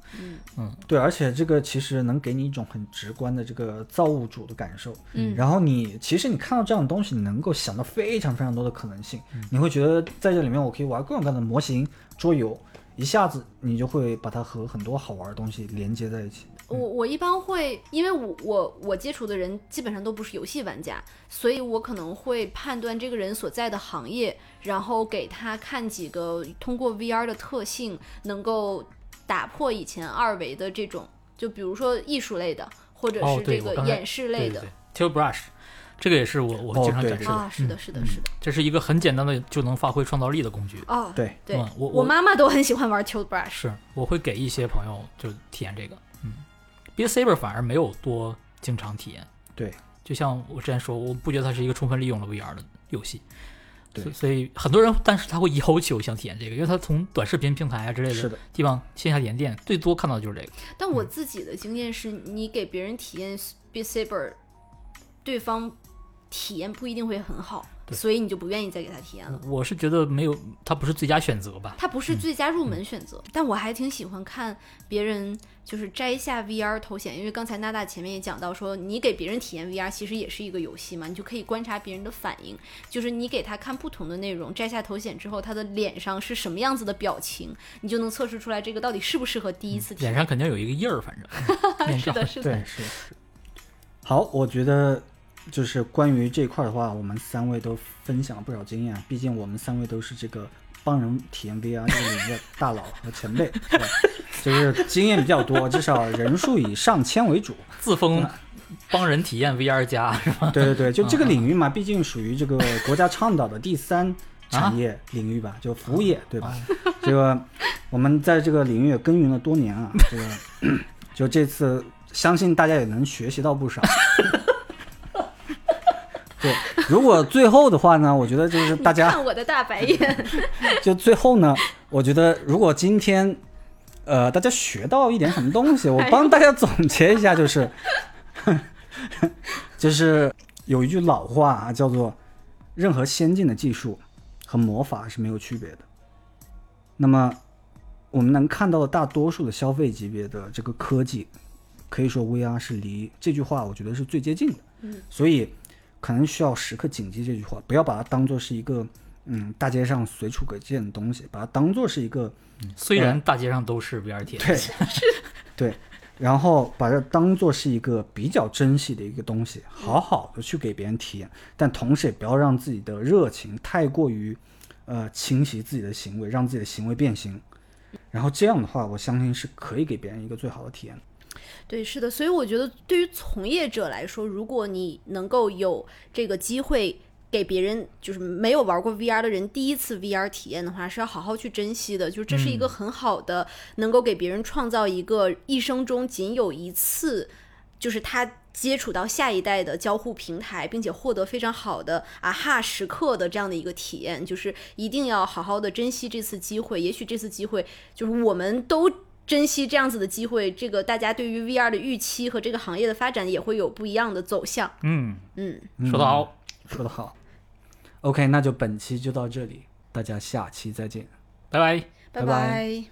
C: 嗯
A: 对，而且这个其实能给你一种很直观的这个造物主的感受。
C: 嗯，
A: 然后你其实你看到这样的东西，你能够想到非常非常多的可能性，你会觉得在这里面我可以玩各种各样的模型、桌游，一下子你就会把它和很多好玩的东西连接在一起。
C: 我我一般会，因为我我我接触的人基本上都不是游戏玩家，所以我可能会判断这个人所在的行业，然后给他看几个通过 VR 的特性能够打破以前二维的这种，就比如说艺术类的，或者
B: 哦
C: 是
B: 对
C: 这
B: 我
C: 个
B: 刚才
C: 演示类
B: 对
C: 的
B: 对。对，Tailbrush，这个也是我我
A: 哦
B: 经常
A: 对
B: 展示的，嗯
C: 啊，是的，是的，是的。
B: 这是一个很简单的就能发挥创造力的工具。
C: 哦，
A: 对
C: 对
B: 嗯，我
C: 我妈妈都很喜欢玩 Tilt Brush。
B: 是，我会给一些朋友就体验这个，嗯，Beat Saber 反而没有多经常体验。
A: 对，
B: 就像我之前说，我不觉得它是一个充分利用了 VR 的游戏。
A: 对
B: 所所以很多人，但是他会要求想体验这个，因为他从短视频平台啊之类
A: 是
B: 的
A: 的，
B: 地方线下体验店最多看到的就是这个。
C: 但我自己的经验是，你给别人体验 Beat Saber，对方体验不一定会很好，
B: 对
C: 所以你就不愿意再给他体验了。
B: 我是觉得没有，它不是最佳选择吧？
C: 它不是最佳入门选择，但我还挺喜欢看别人就是摘下 VR 头显，因为刚才娜娜前面也讲到说，你给别人体验 VR 其实也是一个游戏嘛，你就可以观察别人的反应，就是你给他看不同的内容，摘下头显之后，他的脸上是什么样子的表情，你就能测试出来这个到底适不适合第一次体
B: 脸
C: 验。
B: 上肯定有一个印儿，反正面
C: 是
B: 罩。
C: 的，是的
A: 对，，是是。好，我觉得就是关于这块儿的话，我们三位都分享了不少经验，毕竟我们三位都是这个帮人体验 VR 这个领域的大佬和前辈，对吧？就是经验比较多，至少人数以上千为主。
B: 自封帮人体验 VR 加是吧？
A: 对对对，就这个领域嘛，毕竟属于这个国家倡导的第三产业领域吧，就服务业，对吧？ 这个我们在这个领域也耕耘了多年啊，这个就这次相信大家也能学习到不少。对，如果最后的话呢，我觉得就是大家
C: 你看我的大白眼，
A: 就最后呢，我觉得如果今天，呃，大家学到一点什么东西，我帮大家总结一下，就是， 就是有一句老话啊，叫做“任何先进的技术和魔法是没有区别的”。那么，我们能看到的大多数的消费级别的这个科技，可以说 VR 是离这句话，我觉得是最接近的。嗯，所以可能需要时刻谨记这句话，不要把它当做是一个嗯大街上随处可见的东西，把它当做是一个
B: 虽然大街上都是 VR 体验，
A: 对 对，然后把它当做是一个比较珍惜的一个东西，好好的去给别人体验，但同时也不要让自己的热情太过于呃侵袭自己的行为，让自己的行为变形。然后这样的话，我相信是可以给别人一个最好的体验的。
C: 对，是的，所以我觉得对于从业者来说，如果你能够有这个机会给别人，就是没有玩过 VR 的人第一次 VR 体验的话，是要好好去珍惜的。就是这是一个很好的，能够给别人创造一个一生中仅有一次，就是他。接触到下一代的交互平台，并且获得非常好的啊哈时刻的这样的一个体验，就是一定要好好的珍惜这次机会。也许这次机会就是我们都珍惜这样子的机会，这个大家对于 VR 的预期和这个行业的发展也会有不一样的走向。
B: 嗯，
C: 嗯，
B: 说得好，
A: 说得好。OK，那就本期就到这里，大家下期再见。
B: 拜拜。
A: 拜拜
C: 拜